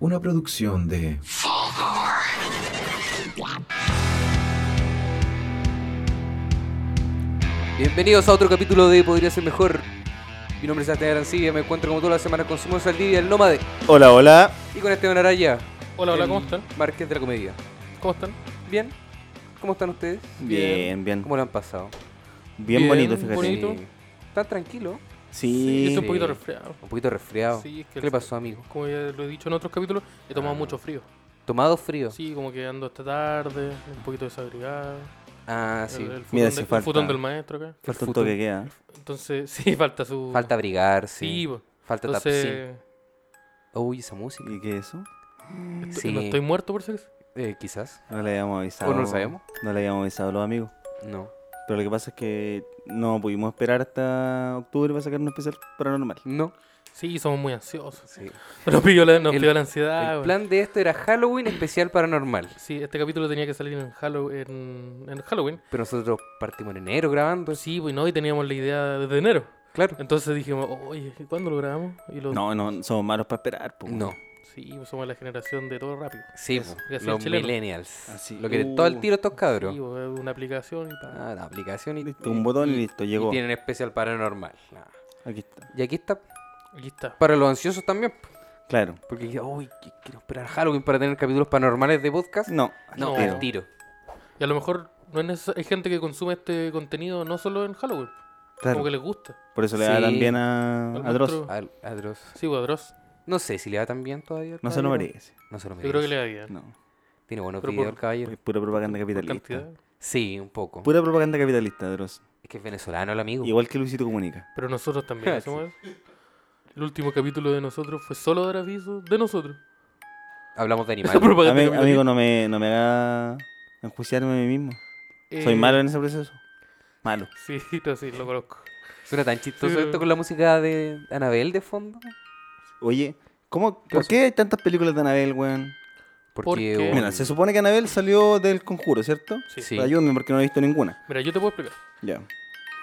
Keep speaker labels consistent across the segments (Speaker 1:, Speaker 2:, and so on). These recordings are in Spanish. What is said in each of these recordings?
Speaker 1: Una producción de...
Speaker 2: Bienvenidos a otro capítulo de Podría Ser Mejor. Mi nombre es Sebastián Arancibia, me encuentro como todas las semanas con Simón Saldivia, el nómade,
Speaker 3: Hola, hola.
Speaker 2: y con Esteban Araya,
Speaker 4: Hola, hola,
Speaker 2: el
Speaker 4: ¿cómo están?
Speaker 2: Márquez de la Comedia.
Speaker 4: ¿Cómo están?
Speaker 2: ¿Bien? ¿Cómo están ustedes?
Speaker 3: Bien, bien.
Speaker 2: ¿Cómo lo han pasado?
Speaker 3: Bien,
Speaker 4: Bien,
Speaker 3: bonito, fíjate.
Speaker 4: bonito.
Speaker 2: Sí. ¿Están tranquilos?
Speaker 4: Sí,
Speaker 3: Sí.
Speaker 4: estoy un poquito resfriado.
Speaker 2: Un poquito resfriado.
Speaker 4: Sí, es que
Speaker 2: ¿Qué
Speaker 4: el-
Speaker 2: le pasó, amigo?
Speaker 4: Como ya lo he dicho en otros capítulos, he tomado
Speaker 2: Ah.
Speaker 4: mucho frío.
Speaker 2: ¿Tomado frío?
Speaker 4: Sí, como que ando hasta tarde, un poquito desagregado.
Speaker 2: Ah, sí.
Speaker 4: El, el futón,
Speaker 3: Mira,
Speaker 4: de-
Speaker 3: si
Speaker 4: el
Speaker 3: falta.
Speaker 4: futón del maestro acá.
Speaker 3: Falta
Speaker 2: El
Speaker 3: un
Speaker 2: futuro.
Speaker 3: toque que queda.
Speaker 4: Entonces, sí, falta su.
Speaker 2: Falta abrigarse.
Speaker 4: Sí, po.
Speaker 2: Falta tapsin.
Speaker 4: entonces.
Speaker 2: Uy, esa música.
Speaker 3: ¿Y qué es eso?
Speaker 4: esto-
Speaker 2: Sí.
Speaker 4: ¿No estoy muerto por ser?
Speaker 2: Eh, quizás.
Speaker 3: No le habíamos avisado.
Speaker 2: ¿O no lo sabemos?
Speaker 3: No le habíamos avisado a los amigos.
Speaker 2: No.
Speaker 3: Pero lo que pasa es que no pudimos esperar hasta octubre para sacar un especial paranormal.
Speaker 2: No.
Speaker 4: Sí, Ah, somos muy ansiosos.
Speaker 2: Sí.
Speaker 4: Nos pilló la, nos
Speaker 2: El-
Speaker 4: pilló la ansiedad.
Speaker 2: El
Speaker 4: weón.
Speaker 2: plan de esto era Halloween especial paranormal.
Speaker 4: Sí, este capítulo tenía que salir en Halloween. En, en Halloween.
Speaker 2: Pero nosotros partimos en enero grabando.
Speaker 4: Sí, pues no, y teníamos la idea desde enero.
Speaker 2: Claro.
Speaker 4: Entonces dijimos, oye, ¿cuándo lo grabamos? Y lo...
Speaker 3: No, no, somos malos para esperar. po.
Speaker 2: No.
Speaker 4: Sí, pues somos la generación de todo rápido.
Speaker 2: Sí,
Speaker 4: Eso,
Speaker 2: po,
Speaker 4: que soy
Speaker 2: los
Speaker 4: chileno. Ah,
Speaker 2: millennials.
Speaker 3: Así,
Speaker 2: Lo quieren todo el
Speaker 3: uh,
Speaker 2: tiro estos cabros.
Speaker 4: Sí, pues, es una aplicación y pa.
Speaker 2: Ah, la aplicación y,
Speaker 3: Listo, un botón y listo,
Speaker 2: y
Speaker 3: llegó.
Speaker 2: tienen especial paranormal. Nah.
Speaker 3: Aquí está.
Speaker 2: Y aquí está
Speaker 4: Aquí está.
Speaker 2: para los ansiosos también. po,
Speaker 3: Claro.
Speaker 2: Porque dije, uy, que- quiero esperar Halloween para tener capítulos paranormales de podcast.
Speaker 3: No.
Speaker 2: No,
Speaker 4: No.
Speaker 2: al tiro.
Speaker 4: Y a lo mejor no es neces- hay gente que consume este contenido no solo en Halloween,
Speaker 3: Claro.
Speaker 4: como que les gusta.
Speaker 3: Por eso le da
Speaker 2: Sí.
Speaker 3: tan bien a,
Speaker 4: Al
Speaker 3: a Dross.
Speaker 4: monstruo.
Speaker 2: Al, a Dross.
Speaker 4: Sí, pues, Dross,
Speaker 2: No sé si le va tan bien todavía. al
Speaker 3: No se lo
Speaker 2: caballero.
Speaker 3: merece.
Speaker 2: No se lo merece.
Speaker 4: yo creo que le da bien.
Speaker 3: No.
Speaker 2: Tiene buenos
Speaker 4: Pero
Speaker 2: videos
Speaker 4: por-
Speaker 2: el caballero.
Speaker 3: Es pura propaganda capitalista.
Speaker 4: Cantidad.
Speaker 2: Sí, un poco.
Speaker 3: Pura propaganda capitalista, Dross.
Speaker 2: Es que es venezolano el amigo.
Speaker 3: Igual que Luisito Comunica.
Speaker 4: Pero nosotros también
Speaker 2: Sí.
Speaker 4: hacemos eso. El último capítulo de nosotros fue solo dar aviso de nosotros.
Speaker 2: Hablamos de animales.
Speaker 4: Propaganda
Speaker 3: Ami-
Speaker 4: capitalista.
Speaker 3: amigo, no me, no me haga enjuiciarme a mí mismo. Soy
Speaker 4: Eh,
Speaker 3: malo en ese proceso. Malo.
Speaker 4: Sí, no, sí, lo conozco.
Speaker 2: Suena tan chistoso
Speaker 4: Sí.
Speaker 2: esto con la música de Anabel de fondo.
Speaker 3: Oye, ¿cómo, ¿por
Speaker 2: pasó?
Speaker 3: qué hay tantas películas de Anabel, weón?
Speaker 2: Porque.
Speaker 4: qué?
Speaker 2: un-
Speaker 3: Mira, se supone que Anabel salió del conjuro, ¿cierto?
Speaker 4: Eh. Sí.
Speaker 2: Sí.
Speaker 3: Ayúdame porque no he visto ninguna.
Speaker 4: Mira, yo te puedo explicar.
Speaker 3: Ya.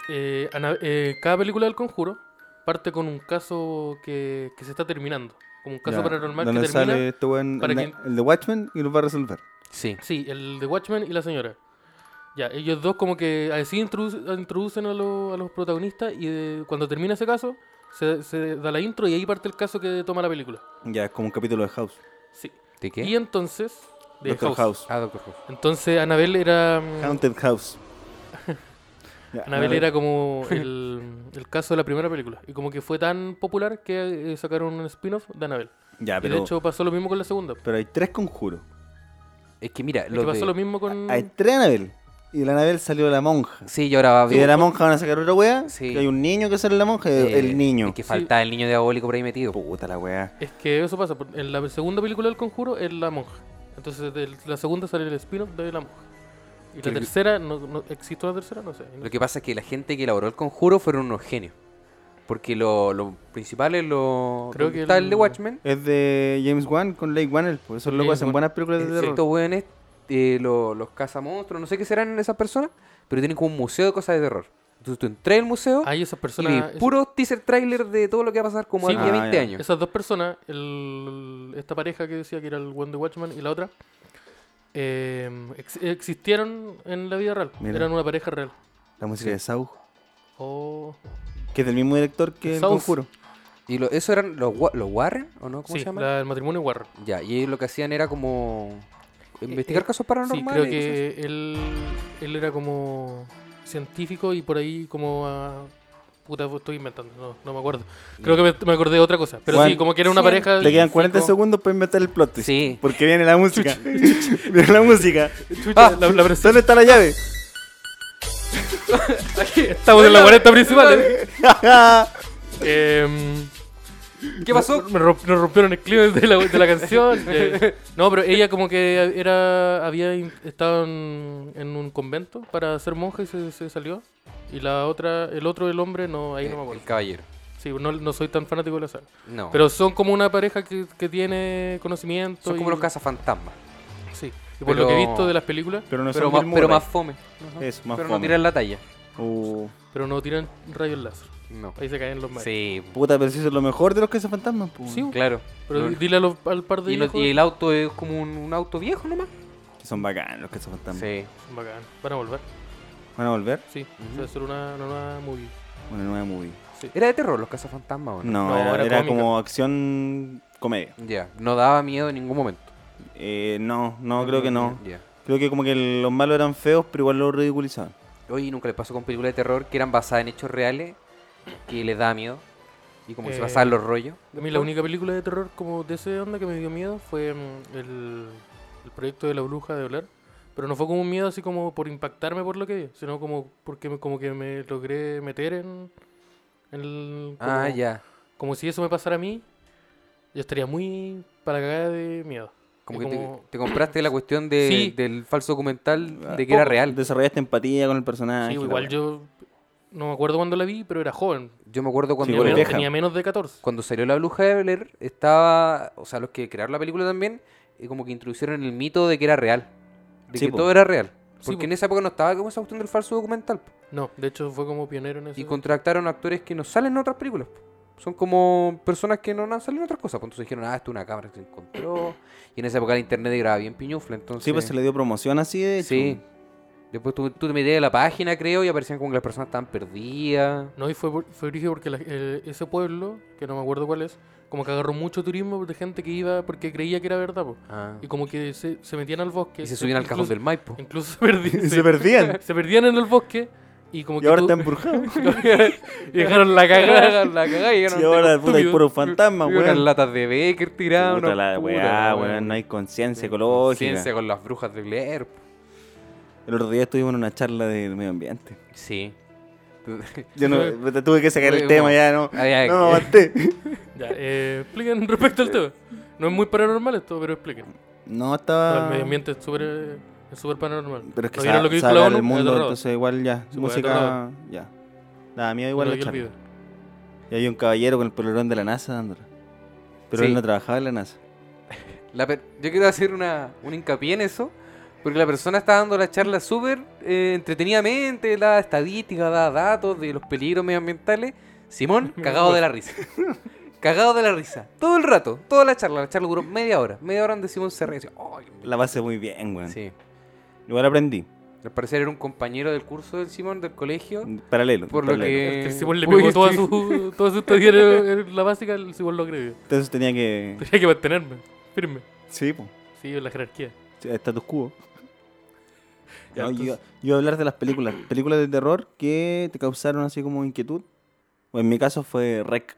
Speaker 4: Eh, Ana- eh, cada película del conjuro parte con un caso que, que se está terminando. Como un caso
Speaker 3: ya.
Speaker 4: paranormal que
Speaker 3: ¿Dónde
Speaker 4: termina.
Speaker 3: sale este weón,
Speaker 4: para
Speaker 3: el,
Speaker 4: que-
Speaker 3: el de Watchmen, y lo va a resolver.
Speaker 2: Sí.
Speaker 4: Sí, el de Watchmen y la señora. Ya, ellos dos como que así introduc- introducen a, lo- a los protagonistas y eh, cuando termina ese caso, se, se da la intro y ahí parte el caso que toma la película.
Speaker 3: Ya, es como un capítulo de House.
Speaker 4: Sí.
Speaker 2: ¿De qué?
Speaker 4: Y entonces... De
Speaker 3: Doctor
Speaker 4: House.
Speaker 3: House.
Speaker 2: Ah, Doctor Who.
Speaker 4: Entonces Anabel era... mm,
Speaker 3: Haunted House. Ya,
Speaker 4: Anabel era como el, el caso de la primera película. Y como que fue tan popular que eh, sacaron un spin-off de Anabel.
Speaker 3: Ya,
Speaker 4: Y
Speaker 3: Ah, pero,
Speaker 4: de hecho pasó lo mismo con la segunda.
Speaker 3: pero hay tres conjuros.
Speaker 2: Es que mira,
Speaker 4: Es
Speaker 2: lo
Speaker 4: que pasó
Speaker 2: de-
Speaker 4: lo mismo con...
Speaker 3: Hay tres Anabel. Y de la Anabel salió la monja.
Speaker 2: Sí, y ahora va a
Speaker 3: Y de la monja van a sacar otra wea.
Speaker 2: Sí.
Speaker 3: que Hay un niño que sale la monja.
Speaker 2: eh,
Speaker 3: el niño.
Speaker 2: es que falta el niño diabólico por ahí metido.
Speaker 3: Puta la wea.
Speaker 4: Es que eso pasa. por- En la segunda película del conjuro es la monja. Entonces, de la segunda sale el spin-off de la monja. Y
Speaker 2: Que
Speaker 4: la
Speaker 2: el-
Speaker 4: tercera, no, no- ¿existe una tercera? No sé.
Speaker 2: Lo que pasa es que la gente que elaboró el conjuro fueron unos genios. Porque lo, lo principal es lo.
Speaker 4: Creo
Speaker 2: donde
Speaker 4: que
Speaker 2: está el...
Speaker 4: el-
Speaker 2: de Watchmen.
Speaker 3: Es de James Wan con Lake Wannell. Por eso locos
Speaker 4: James
Speaker 3: hacen
Speaker 4: Wan.
Speaker 3: buenas películas
Speaker 2: eh,
Speaker 3: de terror.
Speaker 2: Estos weones, eh, lo- los cazamonstruos, no sé qué serán esas personas, pero tienen como un museo de cosas de terror. Entonces tú entré al museo
Speaker 4: Hay esas
Speaker 2: y
Speaker 4: personas.
Speaker 2: vi puro teaser trailer de todo lo que va a pasar como
Speaker 4: Ah, Sí,
Speaker 2: aquí a 20
Speaker 3: ah, ya.
Speaker 4: esas,
Speaker 2: años.
Speaker 4: esas dos personas, el- esta pareja que decía que era el One de Watchman y la otra, eh, ex- existieron en la vida real.
Speaker 3: Mira.
Speaker 4: Eran una pareja real.
Speaker 3: La música de Saw.
Speaker 4: Oh,
Speaker 3: Que es del mismo director que El
Speaker 4: Saw.
Speaker 3: Conjuro.
Speaker 2: ¿Y lo- eso eran los, Wa- los Warren o no? ¿Cómo
Speaker 4: sí,
Speaker 2: se llama?
Speaker 4: la- el matrimonio Warren.
Speaker 2: Ya, y ellos lo que hacían era como. Investigar
Speaker 4: eh,
Speaker 2: casos
Speaker 4: Sí,
Speaker 2: paranormales.
Speaker 4: creo
Speaker 2: y cosas
Speaker 4: que él, él era como científico y por ahí como... ah, puta, estoy inventando, no, no me acuerdo. Creo que me, me acordé de otra cosa. Pero
Speaker 3: Juan,
Speaker 4: sí, como que era una pareja...
Speaker 3: Te quedan 40
Speaker 4: científico.
Speaker 3: segundos para inventar el plot twist.
Speaker 2: Sí.
Speaker 3: Porque viene la música. viene la música. Ah,
Speaker 4: Chucha, la- la presión.
Speaker 3: ¿Dónde está la llave?
Speaker 4: Estamos en la 40 principal. ¿eh? Em,
Speaker 2: ¿Qué pasó?
Speaker 4: me romp- nos rompieron el clima de la, de la canción. Eh, No, pero ella como que era había in- estado en, en un convento para ser monja y se, se salió. Y la otra, el otro, el hombre, no, ahí no me
Speaker 2: Eh,
Speaker 4: acuerdo.
Speaker 2: el caballero.
Speaker 4: Sí, no, no soy tan fanático de la saga.
Speaker 2: No.
Speaker 4: Pero son como una pareja que, que tiene conocimiento.
Speaker 2: son
Speaker 4: y-
Speaker 2: como los cazafantasmas.
Speaker 4: Sí. Y por
Speaker 2: Pero-
Speaker 4: lo que he visto de las películas,
Speaker 3: Pero no
Speaker 2: pero,
Speaker 3: son
Speaker 2: más,
Speaker 3: Bill
Speaker 2: pero
Speaker 3: Murray.
Speaker 2: más fome.
Speaker 3: Es más
Speaker 2: pero no
Speaker 3: fome.
Speaker 2: tiran la talla.
Speaker 3: Uh,
Speaker 4: pero no tiran rayos láser.
Speaker 2: No.
Speaker 4: Ahí se caen los mares.
Speaker 2: Sí, po.
Speaker 3: Puta, pero si eso es lo mejor de los cazafantasmas, pues.
Speaker 4: Sí,
Speaker 2: claro.
Speaker 4: Pero
Speaker 2: No,
Speaker 4: di- dile a los- al par de
Speaker 2: y, no-
Speaker 4: viejos-
Speaker 2: y el auto es como un, un auto viejo nomás.
Speaker 3: Que son bacanos los cazafantasmas.
Speaker 2: Sí.
Speaker 4: Bacán. Van a volver.
Speaker 3: ¿Van a volver?
Speaker 4: Sí.
Speaker 2: Ujú.
Speaker 4: Se va a hacer una, una nueva movie.
Speaker 3: Una nueva movie.
Speaker 4: Sí.
Speaker 2: ¿Era de terror los cazafantasmas o no?
Speaker 3: No,
Speaker 4: No,
Speaker 3: era,
Speaker 4: era
Speaker 3: era
Speaker 4: cómica.
Speaker 3: como acción comedia.
Speaker 2: Ya, no daba miedo en ningún momento.
Speaker 3: Eh, no, no, creo que no.
Speaker 2: Ya.
Speaker 3: Creo que como que los malos eran feos, pero igual lo ridiculizaban.
Speaker 2: Oye, nunca les pasó con películas de terror que eran basadas en hechos reales que les daba miedo. Y como que se
Speaker 4: Eh,
Speaker 2: basaban los rollos.
Speaker 4: A mí la única película de terror como de esa onda que me dio miedo fue mm, el, el proyecto de la bruja de Oler. Pero no fue como un miedo así como por impactarme por lo que vi, sino como porque me- como que me logré meter en, en el... Como,
Speaker 2: Ah, ya.
Speaker 4: como si eso me pasara a mí, yo estaría muy para la cagada de miedo.
Speaker 2: Como
Speaker 4: Y
Speaker 2: que te-
Speaker 4: como-
Speaker 2: Te, compraste la cuestión de-
Speaker 4: Sí.
Speaker 2: del falso documental de que
Speaker 3: Ah,
Speaker 2: era
Speaker 3: poco.
Speaker 2: real.
Speaker 3: Desarrollaste empatía con el
Speaker 2: Ah,
Speaker 3: personaje.
Speaker 4: sí,
Speaker 3: la
Speaker 4: igual
Speaker 3: wea.
Speaker 4: yo no me acuerdo cuando la vi, pero era joven.
Speaker 2: Yo me acuerdo cuando,
Speaker 3: Sí, igual
Speaker 4: tenía,
Speaker 3: es
Speaker 4: menos,
Speaker 3: vieja.
Speaker 4: tenía menos de 14.
Speaker 2: cuando salió La Bruja de Blair, estaba, o sea, los que crearon la película también, eh, como que introducieron el mito de que era real. De
Speaker 3: Sí,
Speaker 2: que
Speaker 3: po.
Speaker 2: todo era real.
Speaker 4: Sí,
Speaker 2: Porque
Speaker 4: po.
Speaker 2: en esa época no estaba como esa cuestión del falso documental. po.
Speaker 4: No, de hecho fue como pionero en eso.
Speaker 2: Y contrataron actores que no salen en otras películas. po. Son como personas que no han salido en otras cosas. pues, Entonces dijeron, ah, esto es una cámara que se encontró. Y en esa época el internet era bien piñufla. Entonces,
Speaker 3: Sí, pues se le dio promoción así de hecho.
Speaker 2: Sí. Después tú, tú te metías a la página, creo, y aparecían como que las personas estaban perdidas.
Speaker 4: No, y fue, por- fue brígido porque la- eh, ese pueblo, que no me acuerdo cuál es, como que agarró mucho turismo de gente que iba porque creía que era verdad, po.
Speaker 2: Ah.
Speaker 4: Y como que se, se metían al bosque.
Speaker 2: Y se subían al cajón
Speaker 4: incluso-
Speaker 2: del Maipo.
Speaker 4: Incluso se perdían.
Speaker 3: se perdían.
Speaker 4: se perdían en el bosque y como
Speaker 3: y
Speaker 4: que
Speaker 3: ahora
Speaker 4: tú-
Speaker 3: están embrujados.
Speaker 4: y dejaron la cagada.
Speaker 2: la cagada y llegaron
Speaker 3: Y ahora, puta, hay
Speaker 4: estúpido.
Speaker 3: puro fantasma,
Speaker 2: unas
Speaker 3: weón.
Speaker 2: latas de Becker tiradas.
Speaker 3: Puta
Speaker 2: unas
Speaker 3: la
Speaker 2: puras,
Speaker 3: weá,
Speaker 2: weón.
Speaker 3: weón. No hay
Speaker 2: Ciencia
Speaker 3: conciencia ecológica.
Speaker 2: con las brujas de Blair. po.
Speaker 3: El otro día estuvimos en una charla de medio ambiente.
Speaker 2: Sí.
Speaker 3: Yo no, te tuve que sacar el
Speaker 2: Oye,
Speaker 3: tema
Speaker 2: como-
Speaker 3: ya, ¿no?
Speaker 2: Ay,
Speaker 4: Eh,
Speaker 2: ay,
Speaker 3: No, aguanté.
Speaker 4: Ya, eh, expliquen respecto al
Speaker 3: Este,
Speaker 4: tema. No es muy paranormal esto, pero expliquen.
Speaker 3: No,
Speaker 4: No,
Speaker 3: estaba...
Speaker 4: el medio ambiente es súper eh, es súper paranormal.
Speaker 3: Ah. Pero es que
Speaker 4: ¿No
Speaker 3: se
Speaker 4: vieron lo que hizo la
Speaker 3: habla
Speaker 4: ONU?
Speaker 3: del mundo,
Speaker 4: Aterrador.
Speaker 3: entonces igual ya.
Speaker 4: Sí, pues,
Speaker 3: música,
Speaker 4: aterrador.
Speaker 3: ya. Nada, mí
Speaker 4: No
Speaker 3: igual la
Speaker 4: vi el
Speaker 3: charla.
Speaker 4: video.
Speaker 3: Y hay un caballero con el polerón de la NASA dándole. Pero
Speaker 2: Sí.
Speaker 3: él no trabajaba en la NASA.
Speaker 2: La per- Yo quiero hacer una, un hincapié en eso, porque la persona está dando la charla súper eh, entretenidamente, da estadísticas, da datos de los peligros medioambientales. Simón, cagado de la risa. Cagado de la risa. Todo el rato, toda la charla. La charla duró media hora. Media hora donde Simón se reía. así, "Ay, la-".
Speaker 3: La pasé muy bien, weón.
Speaker 2: Sí.
Speaker 3: Igual aprendí.
Speaker 2: Al parecer era un compañero del curso del Simón del colegio.
Speaker 3: Ah, Paralelo.
Speaker 2: Por lo
Speaker 3: paralelo.
Speaker 2: que.
Speaker 4: El Simón le
Speaker 2: Eh, Uy,
Speaker 4: pegó toda
Speaker 2: sí.
Speaker 4: su, toda su teoría en- en la básica, el Simón lo creyó.
Speaker 2: Mm.
Speaker 3: Entonces tenía que.
Speaker 4: Tenía que mantenerme, firme.
Speaker 3: Sí, po.
Speaker 4: Sí, en la jerarquía.
Speaker 3: Sí, Status quo.
Speaker 4: Ya,
Speaker 3: No, yo,
Speaker 4: entonces-
Speaker 3: yo iba a hablar de las películas. Películas de terror que te causaron así como inquietud. O en mi caso fue Rec.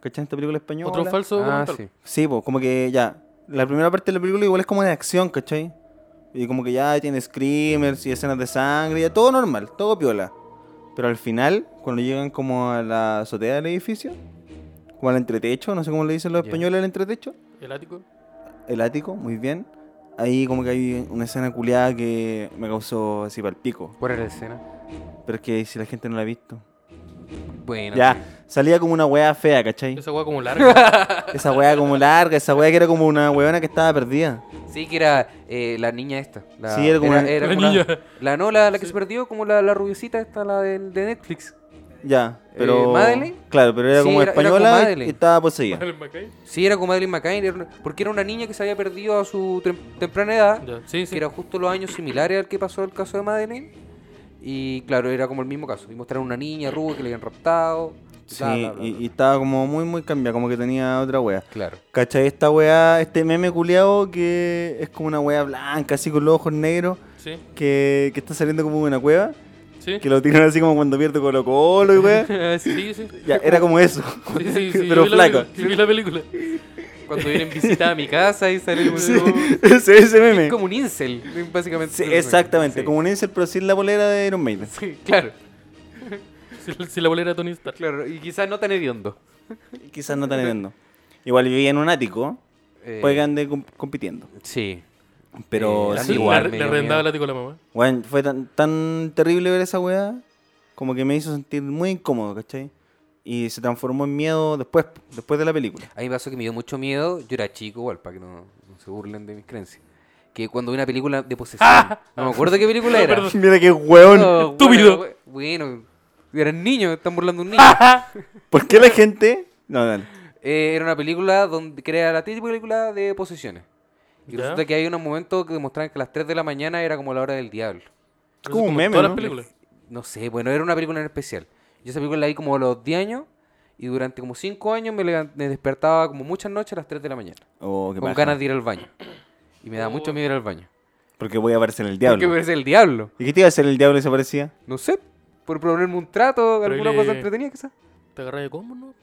Speaker 3: ¿Cachan esta película española?
Speaker 4: Otro falso
Speaker 2: Ah,
Speaker 4: documental.
Speaker 2: sí.
Speaker 3: Sí, pues como que ya. La primera parte de la película igual es como de acción, ¿cachai? Y como que ya tiene screamers y escenas de sangre, ya todo normal, todo piola. Pero al final, cuando llegan como a la azotea del edificio, como al entretecho, no sé cómo le dicen los
Speaker 4: Ya.
Speaker 3: españoles al entretecho,
Speaker 4: El ático.
Speaker 3: el ático, muy bien. Ahí como que hay una escena culiada que me causó así para el pico.
Speaker 2: ¿Cuál era la escena?
Speaker 3: Pero es que si la gente no la ha visto.
Speaker 2: Bueno.
Speaker 3: Ya, salía como una weá fea, ¿cachai?
Speaker 4: Esa hueá como larga.
Speaker 3: Esa weá como larga, esa weá que era como una weona que estaba perdida.
Speaker 2: Sí, que era eh, la niña esta. La,
Speaker 3: Sí, era como una-
Speaker 4: la
Speaker 2: como
Speaker 4: niña.
Speaker 2: La no, la, la que se perdió, como la, la rubiecita esta, la del- de, Netflix.
Speaker 3: Ya, pero.
Speaker 2: ¿Madeleine?
Speaker 3: Claro, pero era
Speaker 2: Sí,
Speaker 3: como
Speaker 2: era- era como
Speaker 3: española y- y
Speaker 2: Madeleine.
Speaker 3: estaba poseída.
Speaker 4: El Mackay.
Speaker 2: Sí, era como Madeleine McCain, era una- porque era una niña que se había perdido a su tem- temprana edad,
Speaker 4: Ya, Sí,
Speaker 2: que
Speaker 4: sí.
Speaker 2: era justo los años similares al que pasó el caso de Madeleine. Y claro, era como el mismo caso. Y mostraron una niña rubia que le habían raptado. y
Speaker 3: Sí,
Speaker 2: bla, bla, bla,
Speaker 3: y,
Speaker 2: bla.
Speaker 3: y estaba como muy, muy cambiada, como que tenía otra wea.
Speaker 2: Claro.
Speaker 3: ¿Cachai? Esta wea, este meme culiado que es como una wea blanca, así con los ojos negros,
Speaker 4: Sí,
Speaker 3: que, que está saliendo como de una cueva,
Speaker 4: sí.
Speaker 3: que lo tiran así como cuando pierde Colo Colo y wea.
Speaker 4: Sí, sí.
Speaker 3: Ya, era como eso.
Speaker 4: Sí, sí, sí,
Speaker 3: pero
Speaker 4: yo vi la
Speaker 3: flaco.
Speaker 4: película, sí, vi la película.
Speaker 2: Cuando vienen visitar a mi casa y salen
Speaker 3: Sí, ese, ese meme.
Speaker 2: como un incel, básicamente.
Speaker 3: Sí, exactamente,
Speaker 2: Sí,
Speaker 3: como un incel, pero sin la polera de Iron Maiden.
Speaker 2: sí, claro.
Speaker 4: Si, la- si la bolera Tony Stark.
Speaker 2: Claro, y quizás no tan hediondo.
Speaker 3: Quizás no tan entiendo. Igual vivía en un ático,
Speaker 2: Eh,
Speaker 3: puede que ande comp- compitiendo.
Speaker 2: Sí.
Speaker 3: Pero
Speaker 2: Eh,
Speaker 4: La-
Speaker 3: sí,
Speaker 2: sí,
Speaker 4: la-
Speaker 3: igual.
Speaker 2: me
Speaker 4: Le
Speaker 2: dio
Speaker 4: arrendaba
Speaker 2: miedo.
Speaker 4: el ático a la mamá.
Speaker 3: Bueno, fue tan, tan terrible ver esa weá, como que me hizo sentir muy incómodo, ¿cachai? Y se transformó en miedo después, después de la película.
Speaker 2: A mí me pasó que me dio mucho miedo. Yo era chico, igual, para que no, no se burlen de mis creencias. Que cuando vi una película de posesión. No me acuerdo qué película era.
Speaker 4: Ah. Perdón.
Speaker 3: Mira qué weón.
Speaker 2: Oh,
Speaker 4: Estúpido.
Speaker 2: Bueno, bueno, Eran niños, están burlando a un niño.
Speaker 3: ¿Por qué la gente.? No, dale.
Speaker 2: Eh, era una película donde que era la típica película de posesiones. Y
Speaker 4: Ya.
Speaker 2: resulta que hay unos momentos que demostraban que las 3 de la mañana era como la hora del diablo.
Speaker 4: Eso
Speaker 3: como un
Speaker 4: en
Speaker 3: meme,
Speaker 4: Todas
Speaker 3: ¿no?
Speaker 4: las películas.
Speaker 2: No sé, bueno, era una película en especial. Yo esa película la vi como a los 10 años y durante como 5 años me, levan- me despertaba como muchas noches a las 3 de la mañana.
Speaker 3: Oh, qué
Speaker 2: con
Speaker 3: paja.
Speaker 2: ganas de ir al baño. Y me da mucho miedo ir al baño.
Speaker 3: Porque voy a aparecer el
Speaker 2: Porque
Speaker 3: diablo.
Speaker 2: parece el diablo.
Speaker 3: ¿Y qué te iba a hacer el diablo y se aparecía?
Speaker 2: No sé, por proponerme un trato,
Speaker 4: Pero
Speaker 2: alguna
Speaker 4: le-
Speaker 2: cosa entretenida quizás.
Speaker 4: ¿Te agarras de combo, no?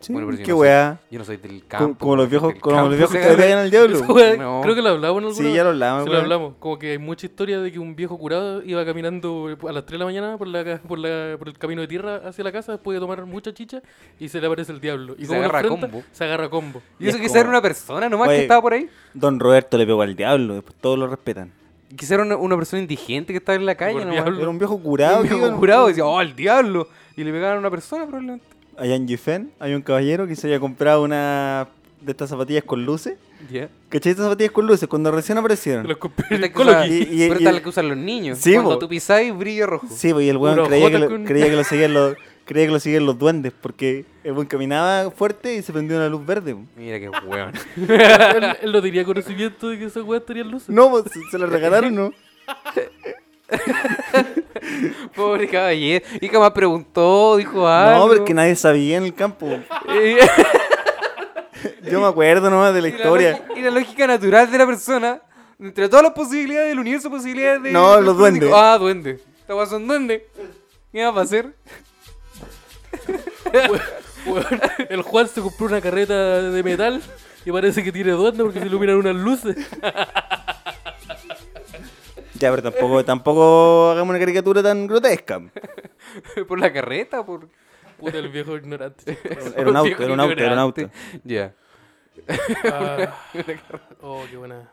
Speaker 3: Sí,
Speaker 2: Bueno, pero si
Speaker 3: qué
Speaker 2: no sé.
Speaker 3: weá.
Speaker 2: Yo no soy del
Speaker 3: Co-
Speaker 2: campo.
Speaker 3: como los
Speaker 2: del
Speaker 3: viejos, como
Speaker 2: campo,
Speaker 3: los viejos
Speaker 2: se
Speaker 3: que
Speaker 2: agarra-
Speaker 3: veían al diablo.
Speaker 4: Esa weá,
Speaker 2: No.
Speaker 4: Creo que lo hablamos en alguna
Speaker 3: Sí, ya lo hablamos.
Speaker 4: Sí, lo
Speaker 3: weón.
Speaker 4: hablamos. Como que hay mucha historia de que un viejo curado iba caminando eh, a las 3 de la mañana por, la, ca- por, la, por el camino de tierra hacia la casa después de tomar mucha chicha y se le aparece el diablo. Y
Speaker 2: Se
Speaker 4: como lo
Speaker 2: agarra a
Speaker 4: enfrenta,
Speaker 2: combo.
Speaker 4: Se agarra a combo.
Speaker 2: Y eso
Speaker 3: Es
Speaker 2: quizás
Speaker 3: como-
Speaker 2: era una persona nomás
Speaker 3: Oye.
Speaker 2: que estaba por ahí.
Speaker 3: Don Roberto le pegó al diablo, después todos lo respetan.
Speaker 2: Quizás era una, una persona indigente que estaba en la calle
Speaker 4: Por
Speaker 2: nomás.
Speaker 4: diablo.
Speaker 3: Era un viejo curado.
Speaker 2: Un
Speaker 3: que
Speaker 2: viejo
Speaker 3: iba-
Speaker 2: curado decía, oh, el diablo. Y le pegaron a una persona probablemente.
Speaker 3: Allá en Gifen hay un caballero que se había comprado una de estas zapatillas con luces.
Speaker 2: Ya.
Speaker 3: ¿Cachai? Estas zapatillas con luces, cuando recién aparecieron.
Speaker 4: Los
Speaker 2: Esta que
Speaker 4: colegas.
Speaker 2: usa-
Speaker 3: Y- y-
Speaker 2: pero
Speaker 3: y-
Speaker 2: esta es la que usan los niños.
Speaker 3: Sí,
Speaker 2: Cuando
Speaker 3: po.
Speaker 2: tú pisáis, brillo rojo.
Speaker 3: Sí, pues, y el weón
Speaker 4: Una
Speaker 3: creía que,
Speaker 4: jota
Speaker 3: lo,
Speaker 4: con-
Speaker 3: creía que lo seguían los creía que lo seguían los duendes porque el weón caminaba fuerte y se prendió una luz verde. po.
Speaker 2: Mira qué hueón.
Speaker 4: él, él no tenía conocimiento de que esa weá estaría en luz.
Speaker 3: No, pues, se, se la regalaron, ¿no?
Speaker 2: Pobre caballero. Y que más preguntó, dijo
Speaker 4: Ah,
Speaker 2: algo.
Speaker 3: No, porque nadie sabía en el campo.
Speaker 2: Eh,
Speaker 3: Yo me acuerdo nomás de la
Speaker 2: y la
Speaker 3: historia.
Speaker 2: lógica- Y la lógica natural de la persona, entre todas las posibilidades del universo, posibilidades de.
Speaker 3: No,
Speaker 2: del
Speaker 3: los
Speaker 2: público.
Speaker 3: duendes.
Speaker 2: Ah, duende. Esta weá son duende. ¿Qué va a hacer?
Speaker 4: Weón, el Juan se compró una carreta de metal y parece que tiene duende porque se iluminan unas luces.
Speaker 3: Ya, pero tampoco, tampoco hagamos una caricatura tan grotesca.
Speaker 2: ¿Por la carreta? ¿Por.?
Speaker 4: Puta, el viejo ignorante.
Speaker 3: Era un auto, era un auto, era un auto.
Speaker 2: Ya.
Speaker 4: Ah. oh, qué buena.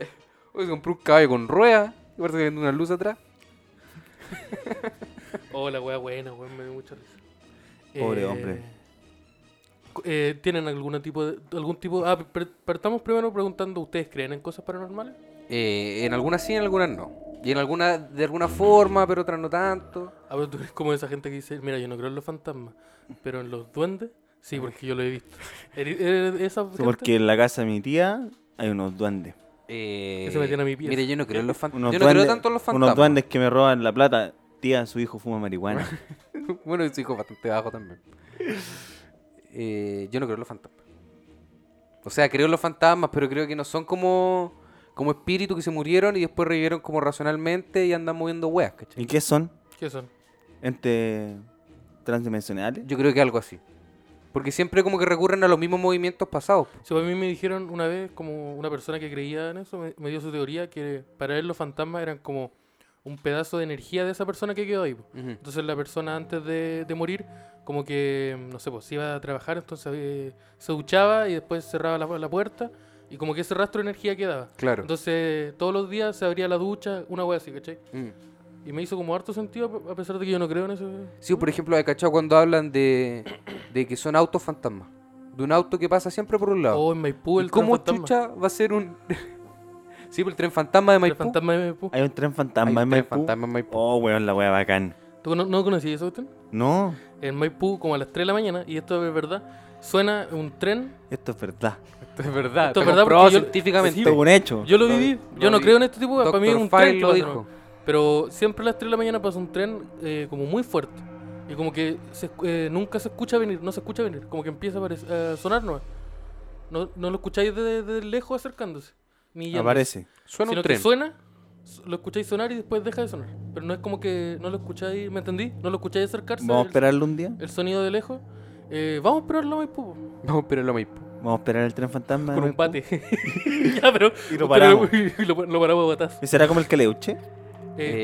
Speaker 2: Oye, se compró un caballo con rueda. Y parece que vende una luz atrás.
Speaker 4: Oh, la weá buena, weón, me dio mucha risa. Eh,
Speaker 3: Pobre hombre.
Speaker 4: cu- eh, ¿Tienen algún tipo de, algún tipo Ah, per- partamos primero preguntando, ¿ustedes creen en cosas paranormales?
Speaker 2: Eh, en algunas sí, en algunas no. Y en algunas de alguna forma, pero otras no tanto.
Speaker 4: A ver, Ah, tú eres como esa gente que dice, mira, yo no creo en los fantasmas, pero en los duendes, sí, porque yo lo he visto. ¿Eres- eres de esa
Speaker 3: Sí,
Speaker 4: gente?
Speaker 3: Porque en la casa de mi tía hay unos duendes.
Speaker 2: Eh,
Speaker 4: Que se metían a mi pieza.
Speaker 2: Mire, yo no creo en los fantasmas.
Speaker 3: Unos
Speaker 2: Yo no
Speaker 3: duendes,
Speaker 2: creo tanto en los fantasmas.
Speaker 3: Unos duendes que me roban la plata. Tía, su hijo fuma marihuana.
Speaker 2: bueno, yo soy como bastante bajo también. Eh, yo no creo en los fantasmas. O sea, creo en los fantasmas, pero creo que no son como, como espíritus que se murieron y después revivieron como racionalmente y andan moviendo weas, ¿cachai?
Speaker 3: ¿Y qué son?
Speaker 4: ¿Qué son?
Speaker 3: Entes transdimensionales.
Speaker 2: Yo creo que algo así. Porque siempre como que recurren a los mismos movimientos pasados.
Speaker 4: Si pues a mí me dijeron una vez, como una persona que creía en eso, me, me dio su teoría que para él los fantasmas eran como un pedazo de energía de esa persona que quedó ahí. po.
Speaker 2: Ujú.
Speaker 4: Entonces la persona antes de, de morir, como que, no sé, pues se iba a trabajar, entonces eh, se duchaba y después cerraba la, la puerta y como que ese rastro de energía quedaba.
Speaker 2: Claro.
Speaker 4: Entonces todos los días se abría la ducha, una wea así, ¿cachai?
Speaker 2: Mm.
Speaker 4: Y me hizo como harto sentido a- a pesar de que yo no creo en eso.
Speaker 2: Sí, por ejemplo, he cachado cuando hablan de, de que son autos fantasmas. De un auto que pasa siempre por un lado.
Speaker 4: Oh, en Maipú
Speaker 2: ¿Y
Speaker 4: el
Speaker 2: ¿Cómo
Speaker 4: tren fantasma.
Speaker 2: chucha va a ser un...? sí, por el tren fantasma de
Speaker 4: El
Speaker 2: Maipú.
Speaker 4: fantasma de Maipú.
Speaker 3: Hay un tren
Speaker 2: Hay un
Speaker 3: fantasma en
Speaker 2: tren
Speaker 3: Maipú.
Speaker 2: fantasma en Maipú.
Speaker 3: Oh, weón, la wea bacán.
Speaker 4: ¿Tú no, no conocías eso, usted?
Speaker 3: No,
Speaker 4: En Maipú, como a las 3 de la mañana, y esto es verdad, suena un tren.
Speaker 3: esto es verdad.
Speaker 2: Esto es verdad.
Speaker 4: Esto es
Speaker 2: está
Speaker 4: verdad
Speaker 2: comprobado
Speaker 4: porque yo-
Speaker 2: científicamente.
Speaker 3: Esto es un hecho.
Speaker 4: Yo lo
Speaker 2: Lo vi-
Speaker 4: viví,
Speaker 2: lo
Speaker 4: yo no
Speaker 2: vi.
Speaker 4: creo en este tipo, de- para mí es
Speaker 2: Doctor
Speaker 4: un
Speaker 2: File
Speaker 4: tren.
Speaker 2: lo
Speaker 4: todo eso,
Speaker 2: dijo.
Speaker 4: ¿no? Pero siempre a las 3 de la mañana pasa un tren eh, como muy fuerte. Y como que se escu- eh, nunca se escucha venir, no se escucha venir. Como que empieza a, parec- a sonar nomás. No, no lo escucháis desde de lejos acercándose. Ni yéndose.
Speaker 3: Aparece.
Speaker 2: Suena
Speaker 4: Sino
Speaker 2: un
Speaker 4: que
Speaker 2: tren.
Speaker 4: suena, su- lo escucháis sonar y después deja de sonar. Pero no es como que no lo escucháis, ¿me entendí? No lo escucháis acercarse.
Speaker 3: Vamos a
Speaker 4: el-
Speaker 3: esperarlo un día.
Speaker 4: El, sonido de lejos. Eh, vamos a esperarlo más, poco.
Speaker 2: No, pero lo Maipú.
Speaker 3: Vamos a esperar el tren fantasma. de
Speaker 4: Con un
Speaker 3: Maipú.
Speaker 4: bate. ya, pero.
Speaker 3: Y lo
Speaker 4: pero-
Speaker 3: paramos.
Speaker 4: y lo, lo paramos a batazo.
Speaker 3: ¿Y será como el Caleuche?
Speaker 4: Eh,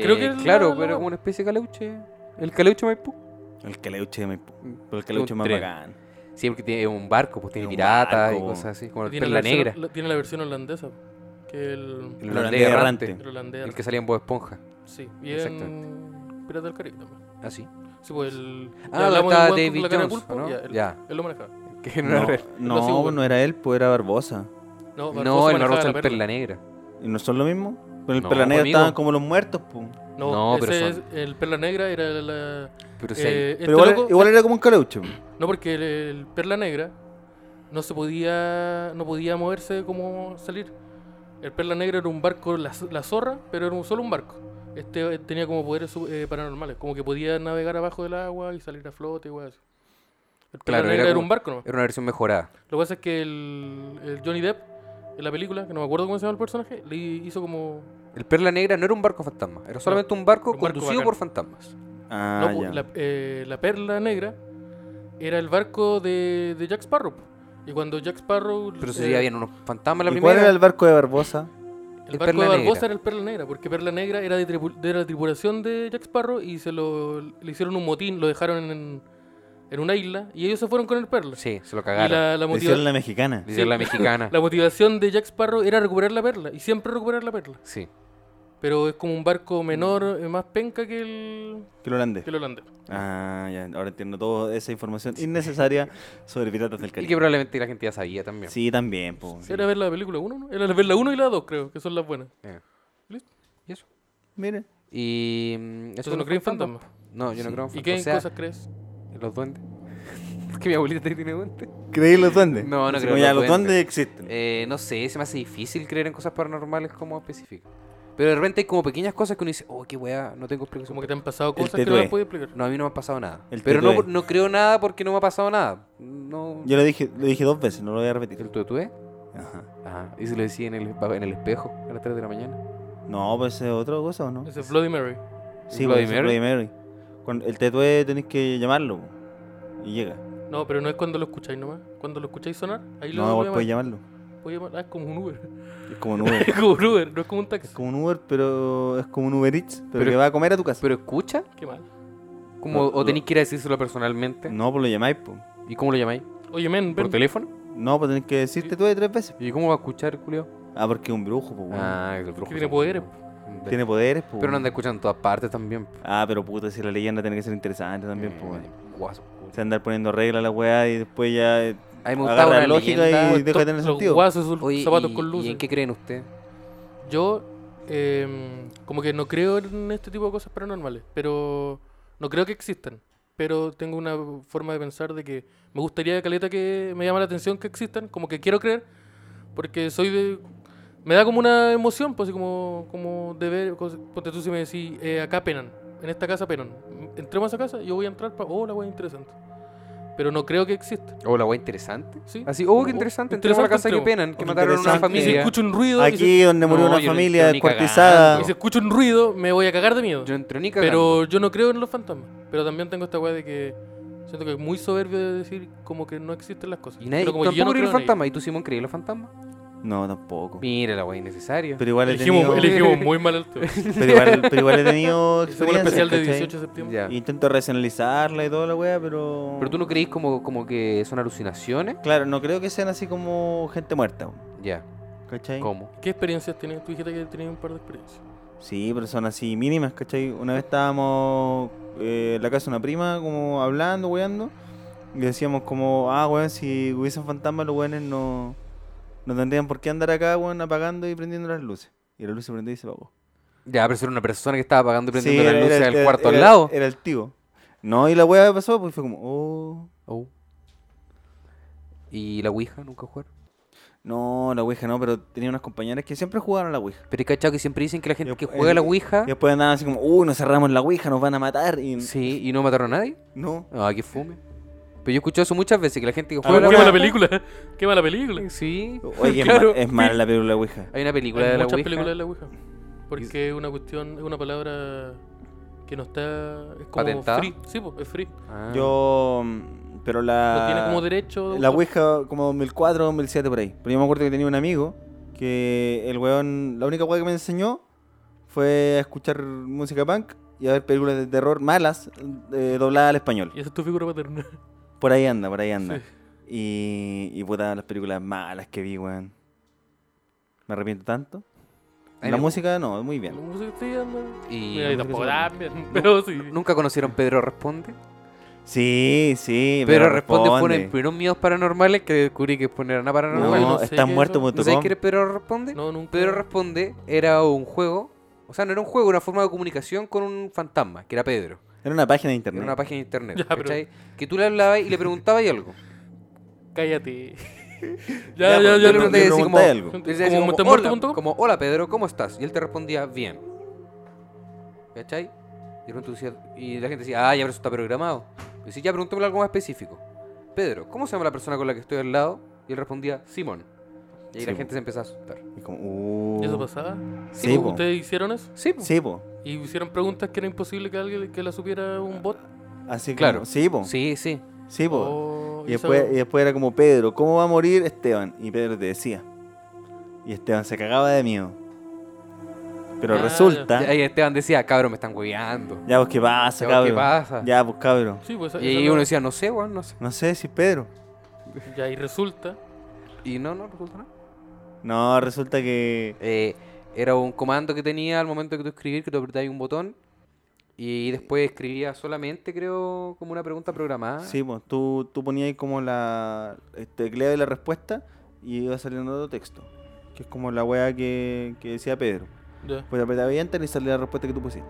Speaker 2: Eh,
Speaker 4: creo que. es la-
Speaker 2: Claro,
Speaker 4: la-
Speaker 2: pero como una especie de caleuche. El caleuche Maipú.
Speaker 3: El Caleuche de Maipú. Pero el
Speaker 2: Mm, Un
Speaker 3: Caleuche más
Speaker 2: tren.
Speaker 3: bacán.
Speaker 2: Sí, porque tiene un barco, pues tiene
Speaker 3: Tiene un
Speaker 2: piratas y
Speaker 3: barco.
Speaker 2: cosas así. Como el
Speaker 4: tiene
Speaker 2: Perla
Speaker 4: versión-
Speaker 2: Negra.
Speaker 4: la- tiene la versión holandesa. Que
Speaker 2: El
Speaker 4: el.
Speaker 3: El
Speaker 2: holandés
Speaker 3: holandés
Speaker 2: errante.
Speaker 3: errante.
Speaker 4: El holandés.
Speaker 2: El que salía en Bob Esponja. Ah,
Speaker 4: Sí, y en. Pirata del Caribe también.
Speaker 2: Así.
Speaker 4: Sí, pues el.
Speaker 2: Ah,
Speaker 4: ya hablamos
Speaker 2: está
Speaker 4: del weón
Speaker 2: David
Speaker 4: con la cara de
Speaker 2: Jones,
Speaker 4: pulpo,
Speaker 2: ¿no?
Speaker 4: Ya, él,
Speaker 2: Ya.
Speaker 4: él lo manejaba.
Speaker 2: Que no era
Speaker 3: No,
Speaker 2: real.
Speaker 4: Lo hacía
Speaker 3: no,
Speaker 4: bueno.
Speaker 3: no era él, pues era Barbosa.
Speaker 4: No,
Speaker 2: No,
Speaker 4: Barbosa
Speaker 2: el
Speaker 4: manejaba
Speaker 2: Barbosa
Speaker 4: la
Speaker 2: en Perla Negra.
Speaker 3: ¿Y no son lo mismo? Pero el
Speaker 2: No, pues,
Speaker 3: Perla Negra
Speaker 2: amigo.
Speaker 3: estaban como los muertos, pues. pum.
Speaker 4: No,
Speaker 2: No,
Speaker 4: ese
Speaker 2: pero son-
Speaker 4: es- el Perla Negra era la...
Speaker 2: Pero sí.
Speaker 4: eh, este
Speaker 3: Pero igual,
Speaker 4: loco-
Speaker 3: igual era como un pues. caleuche. po.
Speaker 4: No, porque el, el Perla Negra no se podía no podía moverse como salir. El Perla Negra era un barco, la, z- la zorra, pero era un, solo un barco. Este eh, tenía como poderes sub- eh, paranormales, como que podía navegar abajo del agua y salir a flote y weas así. El Perla
Speaker 2: Claro, era
Speaker 4: Negra era,
Speaker 2: como-
Speaker 4: un barco nomás.
Speaker 2: Era una versión mejorada.
Speaker 4: Lo que pasa es que el, el Johnny Depp, en la película, que no me acuerdo cómo se llama el personaje, le hizo como...
Speaker 2: El Perla Negra no era un barco fantasma, era solamente un barco
Speaker 4: un barco
Speaker 2: conducido
Speaker 4: bacán.
Speaker 2: por fantasmas.
Speaker 3: Ah,
Speaker 4: no, po,
Speaker 3: ya.
Speaker 4: la, eh, la Perla Negra era el barco de, de Jack Sparrow. po. Y cuando Jack Sparrow...
Speaker 2: Pero
Speaker 4: eh,
Speaker 2: sería bien unos fantasmas la
Speaker 3: ¿Y
Speaker 2: primera.
Speaker 3: cuál era el barco de Barbosa?
Speaker 4: El,
Speaker 2: El
Speaker 4: barco
Speaker 2: Perla
Speaker 4: de Barbosa
Speaker 2: Negra.
Speaker 4: era el Perla Negra, porque Perla Negra era de, tribu- de la tripulación de Jack Sparrow y se lo le hicieron un motín, lo dejaron en, en una isla y ellos se fueron con el Perla.
Speaker 2: Sí, se lo
Speaker 4: y
Speaker 2: cagaron.
Speaker 4: la, la
Speaker 3: Le
Speaker 4: motiva-
Speaker 3: hicieron la mexicana.
Speaker 2: Dice
Speaker 4: sí.
Speaker 2: la mexicana.
Speaker 4: la motivación de Jack Sparrow era recuperar la perla y siempre recuperar la perla.
Speaker 2: Sí.
Speaker 4: Pero es como un barco menor,
Speaker 3: Mm.
Speaker 4: eh, más penca que el,
Speaker 3: Que lo holandés.
Speaker 4: que el holandés.
Speaker 3: Ah, ya. Ahora entiendo toda esa información innecesaria sobre piratas del
Speaker 2: Y que
Speaker 3: Caribe.
Speaker 2: probablemente la gente ya sabía también.
Speaker 3: Sí, también, po.
Speaker 4: Era ver la película 1, ¿no? Era ver la 1 y la 2, creo, que son las buenas.
Speaker 2: Eh.
Speaker 4: Listo.
Speaker 2: ¿Y eso?
Speaker 3: Mire.
Speaker 2: Y. mm, ¿Eso
Speaker 4: Entonces no creen fantasmas.
Speaker 2: No, yo no creo en fantasmas.
Speaker 4: ¿Y qué
Speaker 2: O sea,
Speaker 4: cosas crees?
Speaker 2: Los duendes. Es que mi abuelita tiene duendes.
Speaker 3: ¿Creí los duendes?
Speaker 2: No, no
Speaker 3: Así
Speaker 2: creo
Speaker 3: como
Speaker 2: en
Speaker 3: ya,
Speaker 2: los
Speaker 3: los duendes
Speaker 2: duendes.
Speaker 3: existen.
Speaker 2: Eh, no sé, se me hace difícil creer en cosas paranormales como específicas. Pero de repente hay como pequeñas cosas que uno dice, oh, qué weá, no tengo explicación.
Speaker 4: Como que te han pasado cosas que no
Speaker 3: tetué.
Speaker 4: las puedes explicar.
Speaker 2: No, a mí no me ha pasado nada.
Speaker 3: El
Speaker 2: Pero no,
Speaker 3: tetué.
Speaker 2: no creo nada porque no me ha pasado nada. No.
Speaker 3: Yo lo dije, lo dije dos veces, no lo voy a
Speaker 2: ¿El
Speaker 3: repetir.
Speaker 2: tuetué?
Speaker 3: Ajá.
Speaker 2: Ajá. Y se lo decía en el, espa- en el espejo a las 3 de la mañana.
Speaker 3: No, pues es otra cosa, ¿o no?
Speaker 4: Ese es Bloody Mary.
Speaker 3: Sí,
Speaker 2: Bloody
Speaker 3: pues, es
Speaker 2: Mary.
Speaker 3: Bloody Mary. Con el tetué tenés que llamarlo. po. Y llega.
Speaker 4: No, pero no es cuando lo escucháis nomás. Cuando lo escucháis sonar, ahí lo
Speaker 3: No,
Speaker 4: lo
Speaker 3: vos podés llamarlo.
Speaker 4: Puedes llamar. Ah, es como un Uber.
Speaker 3: Es como un Uber.
Speaker 4: Es como un Uber, no es como un
Speaker 3: es
Speaker 4: taxi.
Speaker 3: como un Uber, pero es como un Uber Eats, pero,
Speaker 2: Pero-
Speaker 3: que va a comer a tu casa.
Speaker 2: ¿Pero escucha?
Speaker 4: Qué mal.
Speaker 2: Como,
Speaker 3: No,
Speaker 2: ¿O
Speaker 3: lo-
Speaker 2: tenéis que ir a decírselo personalmente?
Speaker 3: No, pues lo llamáis, po.
Speaker 2: ¿Y cómo lo llamáis?
Speaker 4: Oye, men,
Speaker 2: ¿Por
Speaker 4: ven.
Speaker 2: teléfono?
Speaker 3: No, pues tenés que decir tetué tres veces.
Speaker 2: ¿Y cómo va a escuchar, Julio?
Speaker 3: Ah, porque es un brujo, pues, weón.
Speaker 2: Ah, el brujo.
Speaker 4: tiene
Speaker 2: son-
Speaker 4: poderes.
Speaker 3: Tiene poderes, pues.
Speaker 2: Pero no anda escuchando en todas partes también. pues. po.
Speaker 3: Ah, pero puta, si la leyenda tiene que ser interesante también, pues, weón.
Speaker 2: Eh, guaso.
Speaker 3: Se andar poniendo reglas a la weá y después ya eh,
Speaker 2: A mí me gustaba
Speaker 3: agarra
Speaker 2: una
Speaker 3: la lógica
Speaker 2: leyenda.
Speaker 3: y Ah, deja de tener
Speaker 4: Los
Speaker 3: sentido.
Speaker 4: guasos, sus
Speaker 2: Oye,
Speaker 4: zapatos
Speaker 2: y,
Speaker 4: con
Speaker 2: ¿y
Speaker 4: luces.
Speaker 2: en qué creen ustedes?
Speaker 4: Yo, em, como que no creo en este tipo de cosas paranormales, pero no creo que existan. Pero tengo una forma de pensar de que me gustaría, caleta, que me llama la atención que existan, como que quiero creer, porque soy de. Me da como una emoción, pues, así como, como de ver. cos- Ponte tú si me decís, eh, acá penan, en esta casa penan. Entremos a esa casa, yo voy a entrar para. Oh, la wea interesante. Pero no creo que exista.
Speaker 2: Oh, la wea interesante.
Speaker 4: ¿sí?
Speaker 2: Así, oh, qué interesante. Entramos a la casa que
Speaker 4: entremos.
Speaker 2: penan, que
Speaker 3: Oh,
Speaker 2: mataron a una
Speaker 3: interesante.
Speaker 4: Y si
Speaker 2: familia.
Speaker 4: escucho un ruido, y si-
Speaker 3: Aquí donde murió
Speaker 2: No,
Speaker 3: una
Speaker 2: yo no
Speaker 3: familia
Speaker 2: entro ni
Speaker 3: descuartizada.
Speaker 2: cagando.
Speaker 4: Y si escucho un ruido, me voy a cagar de miedo.
Speaker 2: Yo entré ni cagando.
Speaker 4: pero yo no creo en los fantasmas. Pero también tengo esta weá de que siento que es muy soberbio de decir como que no existen las cosas.
Speaker 2: Y nadie,
Speaker 4: pero como
Speaker 2: tampoco
Speaker 4: que yo no
Speaker 2: creo en
Speaker 4: creo en
Speaker 2: fantasmas. ¿Y tú, Simón, creí en los fantasmas?
Speaker 3: No, tampoco.
Speaker 2: Mira la wea innecesaria.
Speaker 3: Pero igual, he
Speaker 4: ellos. Elegimos,
Speaker 3: tenido,
Speaker 4: elegimos muy mal el tema.
Speaker 3: pero, igual, pero igual he tenido
Speaker 4: Hicimos un
Speaker 3: experiencias,
Speaker 4: especial de
Speaker 3: ¿cachai?
Speaker 4: 18 de septiembre.
Speaker 2: Ya.
Speaker 3: Intento racionalizarla y toda la wea, pero...
Speaker 2: Pero tú no creís como, como que son alucinaciones?
Speaker 3: Claro, no creo que sean así como gente muerta, weón,
Speaker 2: Ya.
Speaker 3: ¿cachai?
Speaker 2: ¿Cómo?
Speaker 4: ¿Qué experiencias tienes? Tú dijiste que tenías un par de experiencias.
Speaker 3: Sí, pero son así mínimas, ¿cachai? Una vez estábamos eh, en la casa de una prima, como hablando, weando, y decíamos como, ah, weón, si hubiesen fantasmas, los weones no, no tendrían por qué andar acá, weón, apagando y prendiendo las luces. Y la luz se prendió y se apagó.
Speaker 2: Ya, pero si era una persona que estaba apagando y prendiendo
Speaker 3: Sí,
Speaker 2: las
Speaker 3: era-
Speaker 2: luces
Speaker 3: era-
Speaker 2: del
Speaker 3: era-
Speaker 2: cuarto al
Speaker 3: era-
Speaker 2: lado.
Speaker 3: Era el tío. No, y la weá pasó, pues fue como, oh...
Speaker 2: Oh. ¿Y la Ouija nunca jugaron?
Speaker 3: No, la Ouija no, pero tenía unas compañeras que siempre jugaron a la Ouija.
Speaker 2: Pero es cachado que siempre dicen que la gente
Speaker 3: Yo-
Speaker 2: que juega a la
Speaker 3: el-
Speaker 2: Ouija.
Speaker 3: Y después andaban así como, uy, nos cerramos la Ouija, nos van a matar. Y
Speaker 2: Ah. Sí, y no mataron a nadie.
Speaker 3: no.
Speaker 2: Ah, qué fume. Pero yo he escuchado eso muchas veces, que la gente que
Speaker 4: Qué
Speaker 2: juega a Ah, la
Speaker 3: bueno.
Speaker 2: Ouija.
Speaker 4: mala película. Qué mala película.
Speaker 2: Sí.
Speaker 3: Oye, es
Speaker 4: Claro.
Speaker 3: ma- es mala la película Ouija.
Speaker 2: Hay una película
Speaker 4: Hay
Speaker 2: de la
Speaker 4: muchas
Speaker 2: Ouija.
Speaker 4: películas de la Ouija. Porque es una cuestión, es una palabra que no está. Es como
Speaker 2: ¿Patentada?
Speaker 4: free. Sí, po, es free.
Speaker 2: Ah.
Speaker 3: Yo. mm, Pero la.
Speaker 4: No tiene como derecho. de
Speaker 3: La
Speaker 4: autor.
Speaker 3: Ouija como 2004, 2007 por ahí. Pero yo me acuerdo que tenía un amigo que el weón. La única weá que me enseñó fue a escuchar música punk y a ver películas de terror malas eh, dobladas al español.
Speaker 4: Y esa es tu figura paterna.
Speaker 3: Por ahí anda, por ahí anda.
Speaker 4: Sí.
Speaker 3: Y. Y puta, las películas malas que vi, weón. Me arrepiento tanto.
Speaker 2: Ay,
Speaker 3: la
Speaker 2: no.
Speaker 3: música no, muy bien.
Speaker 4: ¿Cómo se te llama?
Speaker 2: Y
Speaker 4: Mira, y
Speaker 2: no creo que
Speaker 4: tampoco
Speaker 2: sea-
Speaker 4: también, pero sí.
Speaker 2: ¿Nunca conocieron Pedro Responde?
Speaker 3: Sí, sí.
Speaker 2: Pero responde por primeros miedos paranormales que descubrí que poner una
Speaker 3: No,
Speaker 2: paranormal.
Speaker 4: no
Speaker 2: No,
Speaker 4: sé
Speaker 3: está
Speaker 4: qué
Speaker 3: muerto.
Speaker 4: eso.
Speaker 2: ¿No sabes qué era Pedro responde?
Speaker 4: No, nunca.
Speaker 2: Pedro responde era un juego, o sea, no era un juego, era una forma de comunicación con un fantasma, que era Pedro.
Speaker 3: Era una página de
Speaker 2: Era
Speaker 3: internet.
Speaker 2: una página de internet,
Speaker 4: Ya, pero-
Speaker 2: ¿cachai? Que tú le hablabas y le preguntabas y algo.
Speaker 4: Cállate.
Speaker 3: Ya,
Speaker 4: ya, ya,
Speaker 3: pues,
Speaker 4: ya.
Speaker 3: yo
Speaker 4: no-
Speaker 2: pregunté
Speaker 3: le
Speaker 2: así
Speaker 3: pregunté
Speaker 2: como-
Speaker 3: algo.
Speaker 2: Le decía así
Speaker 4: ¿Como
Speaker 2: como,
Speaker 4: estás muerto, punto?
Speaker 2: hola, como, hola Pedro, ¿cómo estás? Y él te respondía, bien. ¿Cachai? Y, de repente tú decías- y la gente decía, ah, ya, pero eso está programado. Y decía, ya, preguntémosle algo más específico. Pedro, ¿cómo se llama la persona con la que estoy al lado? Y él respondía, Simón. Y ahí la
Speaker 3: Simón.
Speaker 2: gente se empezó a asustar.
Speaker 3: Y como, uh,
Speaker 4: ¿Y eso pasaba?
Speaker 3: Sí, po.
Speaker 4: ¿Ustedes hicieron eso?
Speaker 2: Sí, po.
Speaker 3: Sí, po.
Speaker 4: ¿Y hicieron preguntas que era imposible que alguien que la supiera un bot?
Speaker 3: Así como-
Speaker 2: Claro.
Speaker 3: sí, po. Sí,
Speaker 2: sí, sí.
Speaker 3: po.
Speaker 4: Oh,
Speaker 3: pues. y,
Speaker 4: esa-
Speaker 3: después, y después era como, Pedro, ¿cómo va a morir Esteban? Y Pedro te decía. Y Esteban se cagaba de miedo. Pero
Speaker 4: Ah, ya.
Speaker 3: resulta.
Speaker 2: Y ahí Esteban decía, cabrón, me están hueveando.
Speaker 3: Ya, pues qué pasa,
Speaker 2: Ya, pues,
Speaker 3: cabrón.
Speaker 2: ¿qué pasa?
Speaker 3: Ya, pues cabrón.
Speaker 4: Sí, pues, esa-
Speaker 2: Y
Speaker 4: esa
Speaker 2: ahí
Speaker 4: la-
Speaker 2: uno decía, no sé, weón, no sé.
Speaker 3: No sé si es Pedro.
Speaker 4: Ya, y resulta.
Speaker 2: Y no, no resulta nada.
Speaker 3: No, resulta que.
Speaker 2: Eh, era un comando que tenía al momento que tú escribir, que tú apretabas un botón. Y después escribía solamente, creo, como una pregunta programada.
Speaker 3: Sí, pues tú, tú ponías ahí como la. Este, clave de la respuesta y iba saliendo otro texto. Que es como la weá que, que decía Pedro.
Speaker 4: Ya.
Speaker 3: Pues apretaba y enter y salía la respuesta que tú pusiste.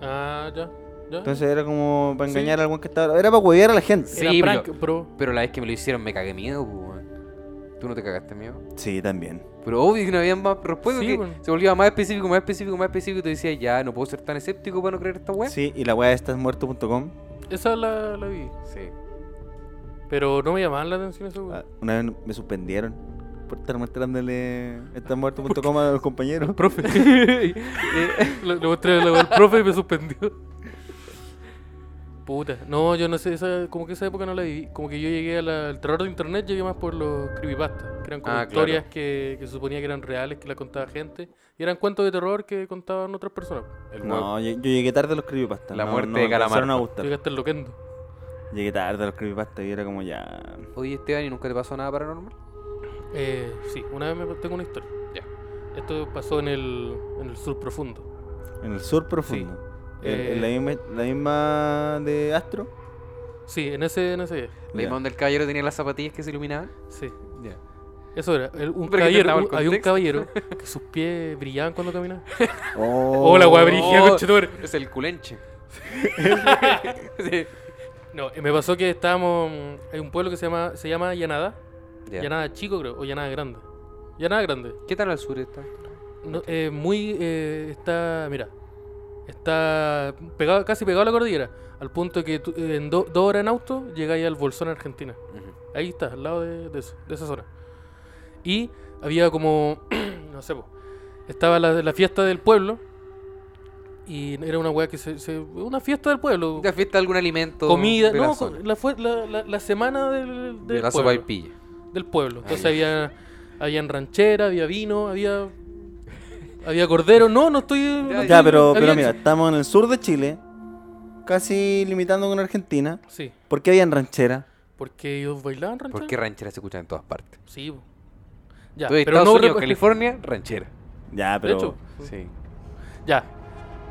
Speaker 4: Ah, ya. ya.
Speaker 3: Entonces era como para
Speaker 4: Sí.
Speaker 3: engañar a algún que estaba. Era para huevear a la gente.
Speaker 4: era
Speaker 2: Sí,
Speaker 4: prank,
Speaker 2: pero-
Speaker 4: bro.
Speaker 2: Pero la vez que me lo hicieron me cagué miedo, pues, weón. Tú no te cagaste miedo.
Speaker 3: Sí, también.
Speaker 2: Pero obvio que no había más respuestas.
Speaker 4: Sí,
Speaker 2: que
Speaker 4: weón.
Speaker 2: Se volvía más específico, más específico, más específico. Y te decía, ya, no puedo ser tan escéptico para no creer esta weá.
Speaker 3: Sí, y la weá de estasmuerto.com.
Speaker 4: Esa la, la vi.
Speaker 2: Sí.
Speaker 4: Pero no me llamaban la atención eso, güey.
Speaker 3: ah, Una vez me suspendieron por estar mostrándole estasmuerto.com a los compañeros.
Speaker 4: Profe. Eh, le le mostré la- al profe y me suspendió. Puta. No, yo no sé. Esa, como que esa época no la viví. Como que yo llegué a la- al terror de internet, llegué más por los creepypastas. Que eran como
Speaker 2: Ah,
Speaker 4: historias que, que se suponía que eran reales, que la contaba gente. Y eran cuentos de terror que contaban otras personas. El huevo.
Speaker 3: No, yo, yo llegué tarde a los creepypasta.
Speaker 2: La
Speaker 3: no,
Speaker 2: muerte
Speaker 3: no
Speaker 2: de
Speaker 3: me alcanzaron
Speaker 2: Calamardo.
Speaker 3: a gustar.
Speaker 4: Llegaste al loquendo.
Speaker 3: Llegué tarde a los creepypasta y era como ya.
Speaker 2: Oye, Esteban, ¿y nunca te pasó nada paranormal?
Speaker 4: Eh, sí, una vez me tengo una historia.
Speaker 2: Ya.
Speaker 4: Esto pasó en el, en el sur profundo.
Speaker 3: En el sur profundo. El-
Speaker 4: Eh,
Speaker 3: el- la, misma, la misma de Astro.
Speaker 4: Sí, en ese, en ese viaje.
Speaker 2: La
Speaker 3: Ya.
Speaker 2: misma donde el caballero tenía las zapatillas que se iluminaban.
Speaker 4: Sí.
Speaker 2: Ya.
Speaker 4: Eso era. el- un
Speaker 2: Pero que te
Speaker 4: caballero,
Speaker 2: daba el
Speaker 4: un- había un
Speaker 2: contexto.
Speaker 4: caballero que sus pies brillaban cuando caminaba.
Speaker 3: Oh.
Speaker 4: Hola, weá, brígida,
Speaker 2: Oh.
Speaker 4: conchetumare.
Speaker 2: Es el culenche. Sí.
Speaker 4: No, eh, me pasó que estábamos. mm, Hay un pueblo que se llama, se llama Llanada.
Speaker 2: Ya.
Speaker 4: Llanada Chico, creo. O Llanada Grande. Llanada Grande.
Speaker 2: ¿Qué tan al sur está?
Speaker 4: No, eh, muy. eh, está. Mira. Está pegado, casi pegado a la cordillera. Al punto que tú- en do- dos horas en auto llegáis al Bolsón, Argentina. Ahí está, al lado de, de eso- de esa zona. Y había como, no sé, po, estaba la, la fiesta del pueblo. Y era una weá que se, se- Una fiesta del pueblo.
Speaker 2: ¿Te afecta algún alimento?
Speaker 4: Comida,
Speaker 2: de
Speaker 4: no,
Speaker 2: la
Speaker 4: co-
Speaker 2: zona?
Speaker 4: la, fue- la, la- la semana del,
Speaker 2: de
Speaker 4: del
Speaker 2: la sopa y
Speaker 4: pueblo,
Speaker 2: pilla.
Speaker 4: del pueblo. Entonces
Speaker 2: ya.
Speaker 4: había habían ranchera, había vino, había había cordero. No, no estoy. no
Speaker 2: Ya,
Speaker 4: estoy-
Speaker 3: Ya, pero, pero
Speaker 4: había-
Speaker 3: mira, estamos en el sur de Chile. Casi limitando con Argentina.
Speaker 4: Sí,
Speaker 3: ¿Por qué habían ranchera?
Speaker 4: porque ellos bailaban ranchera.
Speaker 2: ¿Por qué ranchera se escucha en todas partes?
Speaker 4: Sí, po. ya,
Speaker 2: Tú de
Speaker 4: pero
Speaker 2: Estados
Speaker 4: no
Speaker 2: Unidos,
Speaker 4: rep-
Speaker 2: California, ranchera.
Speaker 3: Ya,
Speaker 4: De
Speaker 3: pero.
Speaker 4: hecho,
Speaker 2: Sí.
Speaker 4: Ya.